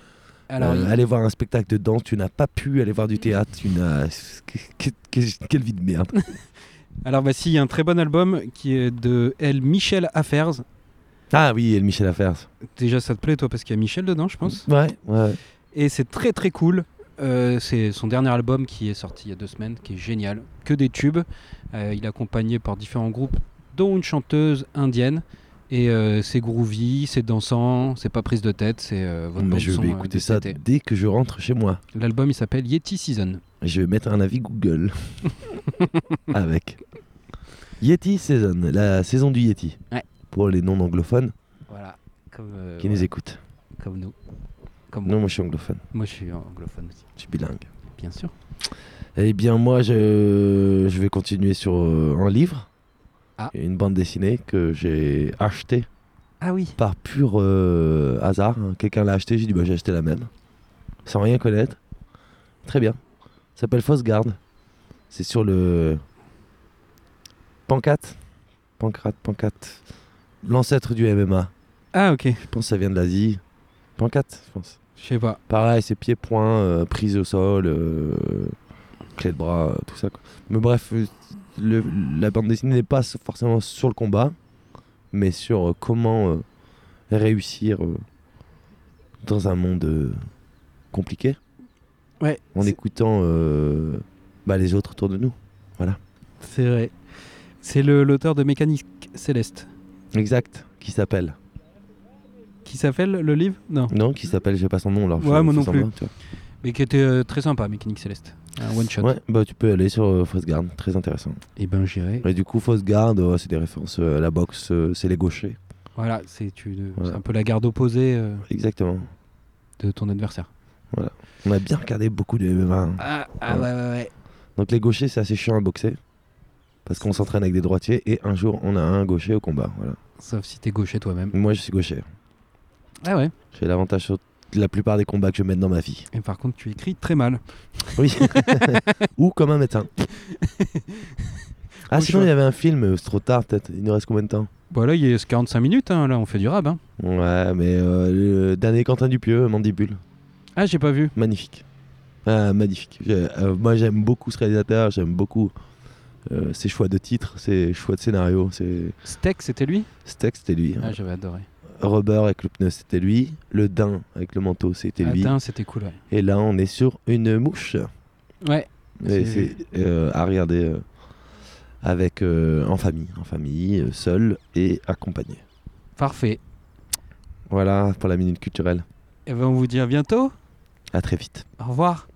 S1: Alors,
S2: euh,
S1: il-
S2: aller voir un spectacle de danse, tu n'as pas pu aller voir du théâtre, tu n'as. Que- que- Quelle vie de merde.
S1: alors bah, si, il y a un très bon album qui est de L. Michel Affairs.
S2: Ah oui, et le Michel Affaires.
S1: Déjà, ça te plaît, toi, parce qu'il y a Michel dedans,
S2: Mm.
S1: je pense.
S2: Ouais, ouais.
S1: Et c'est très très cool. Euh, c'est son dernier album qui est sorti il y a deux semaines, qui est génial. Que des tubes. Euh, il est accompagné par différents groupes, dont une chanteuse indienne. Et euh, c'est groovy, c'est dansant, c'est pas prise de tête, c'est euh, votre
S2: Ah, Mais
S1: bande
S2: je
S1: son,
S2: vais
S1: euh,
S2: écouter
S1: de
S2: ça
S1: cet été.
S2: dès que je rentre chez moi.
S1: L'album il s'appelle Yeti Season.
S2: Je vais mettre un avis Google. Avec. Yeti Season, la saison du Yeti.
S1: Ouais.
S2: Pour les non-anglophones
S1: Voilà, comme, euh,
S2: qui nous
S1: voilà,
S2: écoutent.
S1: comme nous. Comme
S2: Non, moi je suis anglophone,
S1: Moi je suis anglophone aussi,
S2: je suis bilingue.
S1: bien sûr.
S2: Eh bien, moi, je, je vais continuer sur euh, un livre.
S1: Ah.
S2: Une bande dessinée que j'ai achetée
S1: Ah oui,
S2: par pur euh, hasard. Quelqu'un l'a achetée, j'ai dit, bah, j'ai acheté la même. Sans rien connaître. Très bien. Ça s'appelle Fausse Garde. C'est sur le. Pancate. Pancrate, pancate. L'ancêtre du MMA.
S1: ah ok,
S2: Je pense que ça vient de l'Asie. Pancate, je pense.
S1: je sais pas.
S2: Pareil, c'est pieds, poings, euh, prise au sol, euh, clé de bras, euh, tout ça. quoi. Mais bref, euh, le- la bande dessinée n'est pas s- forcément sur le combat, mais sur euh, comment euh, réussir euh, dans un monde euh, compliqué
S1: Ouais,
S2: en
S1: c'est-
S2: écoutant euh, bah, les autres autour de nous.
S1: c'est vrai. C'est le- l'auteur de Mécanique Céleste,
S2: Exact, qui s'appelle.
S1: qui s'appelle le livre Non.
S2: Non, qui s'appelle, j'ai pas son nom. Alors je
S1: Ouais, moi
S2: fais
S1: non
S2: semblant,
S1: plus.
S2: tu vois.
S1: Mais qui était euh, très sympa, Mécanique Céleste. Un one shot.
S2: Ouais, bah, tu peux aller sur euh, Fausse Garde, très intéressant.
S1: Et ben j'irai.
S2: Et du coup, Fausse Garde, ouais, c'est des références euh, à la boxe, euh, c'est les gauchers.
S1: Voilà, c'est tu- euh,
S2: Voilà.
S1: c'est un peu la garde opposée euh,
S2: Exactement.
S1: de ton adversaire.
S2: On a bien regardé beaucoup de MMA. hein.
S1: Ah,
S2: ah
S1: ouais, ouais, ouais.
S2: Donc les gauchers, c'est assez chiant à boxer. Parce qu'on s'entraîne avec des droitiers et un jour on a un gaucher au combat. Voilà.
S1: Sauf si t'es gaucher toi-même.
S2: Moi je suis gaucher.
S1: Ah ouais.
S2: J'ai l'avantage sur la plupart des combats que je mène dans ma vie.
S1: Et par contre, tu écris très mal.
S2: Oui. Ou comme un médecin. Ah
S1: Au
S2: sinon
S1: choix.
S2: il y avait un film, euh, c'est trop tard peut-être. Il nous reste combien de temps
S1: Bon, là, il est 45 minutes, hein, là, on fait du rab. hein.
S2: Ouais mais euh, le dernier Quentin Dupieux, Mandibule.
S1: Ah, j'ai pas vu.
S2: Magnifique. Ah, magnifique. J'ai- euh, moi, j'aime beaucoup ce réalisateur, j'aime beaucoup euh, ses choix de titres, ses choix de scénario. Ses...
S1: Steak, c'était lui
S2: Steak, c'était lui.
S1: Ah, j'avais adoré.
S2: Rubber avec le pneu, c'était lui. Le daim avec le manteau, c'était lui.
S1: Attends, c'était cool, ouais.
S2: Et là, on est sur une mouche.
S1: Ouais, C'est-
S2: Et c'est euh, à regarder euh, avec, euh, en famille, en famille, euh, seul et accompagné.
S1: parfait.
S2: Voilà pour la minute culturelle.
S1: Et ben, on vous dit à bientôt.
S2: À très vite.
S1: Au revoir.